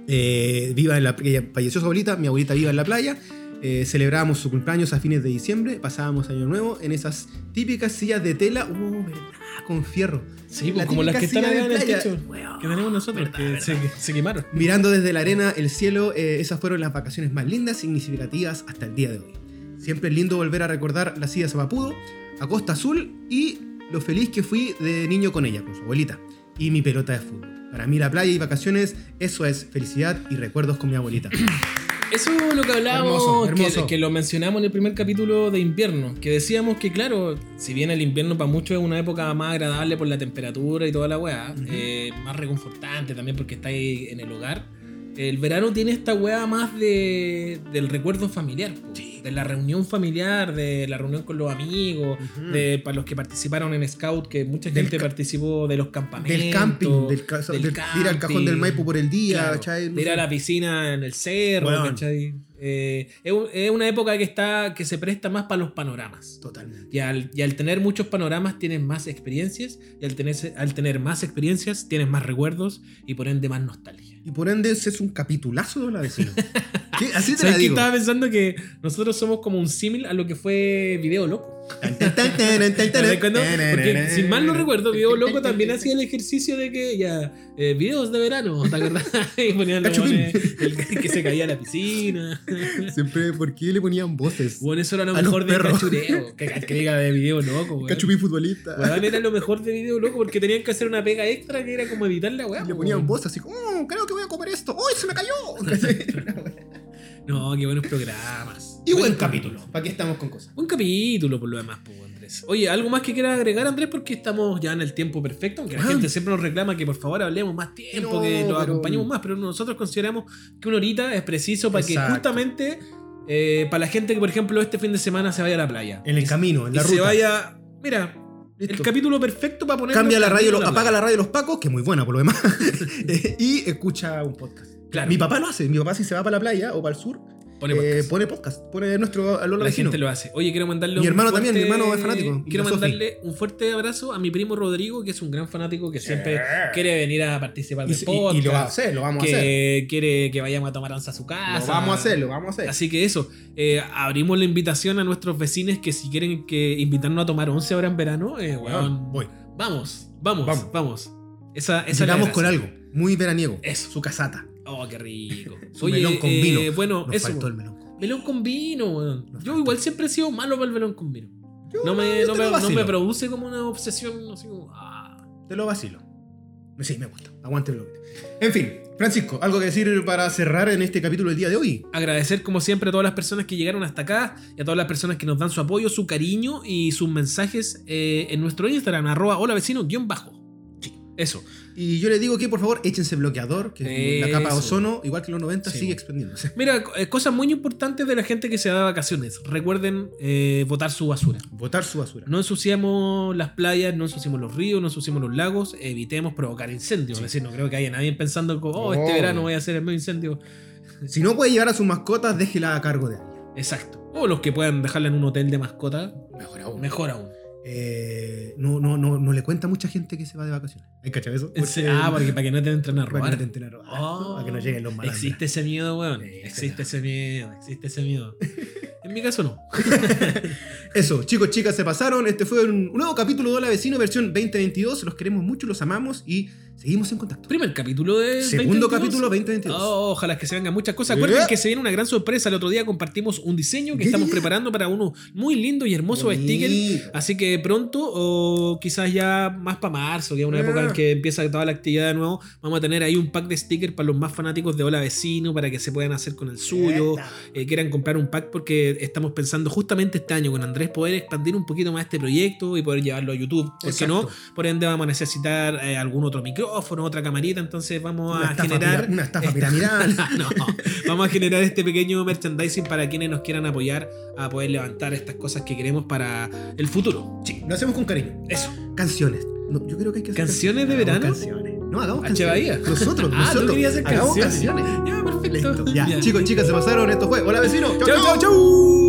B: eh, viva en la, ella falleció su abuelita, mi abuelita viva en la playa. Eh, celebrábamos su cumpleaños a fines de diciembre, pasábamos Año Nuevo en esas típicas sillas de tela, uh, verdad, con fierro.
A: Sí, pues,
B: La
A: como las que
B: típica
A: están allá
B: silla
A: en
B: de
A: el
B: playa.
A: techo. Que tenemos nosotros, que Se, se quemaron.
B: Mirando desde la arena, el cielo, eh, esas fueron las vacaciones más lindas, significativas hasta el día de hoy. Siempre es lindo volver a recordar las sillas a Mapudo, a Costa Azul y lo feliz que fui de niño con ella, con su abuelita, y mi pelota de fútbol. Para mí la playa y vacaciones, eso es felicidad y recuerdos con mi abuelita.
A: Eso es lo que hablábamos,
B: Hermoso,
A: que-
B: hermoso.
A: Que, lo mencionamos en el primer capítulo de invierno, que decíamos que claro, si bien el invierno para muchos es una época más agradable por la temperatura y toda la weá, eh, más reconfortante también porque está ahí en el hogar, el verano tiene esta weá más de, del recuerdo familiar, po, de la reunión familiar, de la reunión con los amigos,
B: Ujú.
A: de para los que participaron en Scout, que mucha
B: Del
A: gente
B: ca-
A: participó de los campamentos.
B: Del camping, del, ca-
A: del
B: del- de ir al cajón del
A: camping.
B: Maipo por el día,
A: Claro,
B: ¿cachai?
A: de ir a la piscina en el cerro,
B: Weón.
A: ¿cachai? Eh, es, un- es una época que está que se presta más para los panoramas.
B: Totalmente.
A: Y al, y al tener muchos panoramas tienes más experiencias y al tener, al tener más experiencias tienes más recuerdos y por ende más nostalgia.
B: Y por ende, ese es un capitulazo de la vecina. Sí, Así te la
A: ¿Sabes qué?
B: digo.
A: Estaba pensando que nosotros somos como un símil a lo que fue Video Loco. ¿Te das cuenta? Porque si mal no recuerdo, Video Loco también hacía el ejercicio de que ya, eh, videos de verano, ¿te acordás? Y ponían los
B: Cachupín.
A: buenos, el que se caía a la piscina.
B: Siempre, ¿por qué le ponían voces?
A: Bueno, eso era lo
B: A los
A: mejor de
B: perros.
A: cachureo. Que, que diga de video loco, weón.
B: Cachupín futbolista.
A: Weón, era lo mejor de video loco porque tenían que hacer una pega extra que era como editar la weá.
B: Y le
A: po,
B: ponían
A: weón.
B: voces así, como, "Oh, creo que voy a comer esto. ¡Uy, se me cayó!
A: No, qué buenos programas.
B: y buen
A: Buenos
B: capítulo.
A: programas.
B: ¿Para qué estamos con cosas?
A: Buen capítulo por lo demás, po, Andrés. Oye, ¿algo más que quieras agregar, Andrés? Porque estamos ya en el tiempo perfecto, aunque la
B: Weón.
A: gente siempre nos reclama que por favor hablemos más tiempo,
B: No,
A: que los
B: pero-
A: acompañemos más, pero nosotros consideramos que una horita es preciso para que
B: Exacto.
A: justamente eh, para la gente que, por ejemplo, este fin de semana se vaya a la playa.
B: En el camino, en
A: y
B: la
A: se
B: ruta.
A: vaya. Mira, el
B: Listo.
A: capítulo perfecto para poner.
B: Cambia la radio, lo- apaga la radio de los pacos, que es muy buena por lo demás. Eh, y escucha un podcast.
A: Claro.
B: Mi papá lo hace. Mi papá, si se va para la playa o para el sur,
A: Pone
B: eh,
A: podcast.
B: pone podcast. Pone nuestro a Lola
A: la
B: Vecino.
A: gente lo hace. Oye, quiero mandarle
B: Mi
A: un
B: hermano
A: fuerte-
B: también, mi hermano es fanático.
A: Quiero
B: Y la Sofi.
A: mandarle un fuerte abrazo a mi primo Rodrigo, que es un gran fanático que siempre quiere venir a participar
B: Y,
A: del
B: y-
A: podcast.
B: y lo va a hacer, lo vamos a hacer.
A: que quiere que vayamos a tomar once a su casa.
B: Lo vamos a hacer, lo vamos a hacer.
A: Así que eso, eh, abrimos la invitación a nuestros vecinos que si quieren que invitarnos a tomar once ahora en verano, eh, weón,
B: Ah, Voy.
A: vamos, vamos, vamos,
B: Vamos.
A: Esa, esa es la
B: Llegamos con
A: gracia.
B: algo muy veraniego.
A: Eso.
B: Su casata.
A: Oh, qué rico.
B: Su melón con vino.
A: eh, Bueno,
B: Nos
A: eso.
B: faltó el melón.
A: Melón con vino, weón.
B: Nos
A: Yo
B: faltó.
A: igual siempre he sido malo para el melón con vino.
B: Yo
A: No me,
B: te
A: no
B: lo
A: me- no
B: vacilo.
A: me produce como una obsesión, así como. ah.
B: Te lo vacilo. Sí, me gusta. Aguante el bloque. En fin, Francisco, ¿algo que decir para cerrar en este capítulo del día de hoy?
A: Agradecer, como siempre, a todas las personas que llegaron hasta acá y a todas las personas que nos dan su apoyo, su cariño y sus mensajes eh, en nuestro Instagram, arroba hola vecino, guión bajo. Eso.
B: Y yo le digo que por favor échense bloqueador, que la capa de
A: Eso.
B: ozono, igual que los 90,
A: Sí.
B: sigue expandiéndose.
A: Mira, co- eh, cosas muy importantes de la gente que se da vacaciones. Recuerden eh, botar su basura.
B: Botar su basura.
A: No ensuciamos las playas, no ensuciamos los ríos, no ensuciamos los lagos, evitemos provocar incendios. Es decir, no creo que haya nadie pensando, como, oh, este
B: Oh.
A: verano voy a hacer el medio incendio.
B: Si no puede llevar a sus mascotas, déjela a cargo de alguien.
A: Exacto. O los que puedan dejarla en un hotel de mascota,
B: Mejor aún.
A: mejor aún.
B: Eh, no, no, no, no le cuenta a mucha gente que se va de vacaciones. ¿Hay cachado eso?
A: En se- ah, porque para que no te entren a
B: para que
A: robar.
B: no te entren a robar,
A: Oh.
B: para que no lleguen los malandros.
A: Existe ese miedo, weón.
B: Sí,
A: Existe ese miedo, existe ese miedo. En mi caso no.
B: Eso, chicos, chicas, se pasaron. Este fue un un nuevo capítulo de Hola Vecino versión 2022. Los queremos mucho, los amamos y seguimos en contacto.
A: Primer capítulo de.
B: Segundo capítulo 2022.
A: Oh, ojalá que se vengan muchas cosas. Acuerden
B: Yeah.
A: que se viene una gran sorpresa. El otro día compartimos un diseño que
B: Yeah,
A: estamos
B: yeah.
A: preparando para uno muy lindo y hermoso sticker.
B: Bonito.
A: Así que pronto, o quizás ya más para marzo, que es una
B: Yeah.
A: época en que empieza toda la actividad de nuevo, vamos a tener ahí un pack de stickers para los más fanáticos de Hola Vecino, para que se puedan hacer con el suyo, eh, quieran comprar un pack, porque estamos pensando justamente este año con Andrés poder expandir un poquito más este proyecto y poder llevarlo a YouTube. Porque no,
B: Exacto.
A: por ende vamos a necesitar eh, algún otro micrófono, otra camarita, entonces vamos
B: Una
A: a
B: estafa
A: generar...
B: pira- una estafa piramidal.
A: No, vamos a generar este pequeño merchandising para quienes nos quieran apoyar a poder levantar estas cosas que queremos para el futuro.
B: Sí, lo hacemos con cariño.
A: Eso.
B: Canciones. No, yo creo que hay que hacer
A: ¿Canciones de
B: Hagamos
A: verano?
B: Canciones. No, hagamos
A: ¿H.
B: canciones.
A: Bahía?
B: Nosotros,
A: Ah, tú
B: nosotros.
A: querías hacer
B: hagamos
A: canciones.
B: canciones.
A: Ya, perfecto.
B: Listo. Ya. Chicos, chicas, se pasaron. Esto fue Hola Vecino.
A: chau, chau.
B: chau.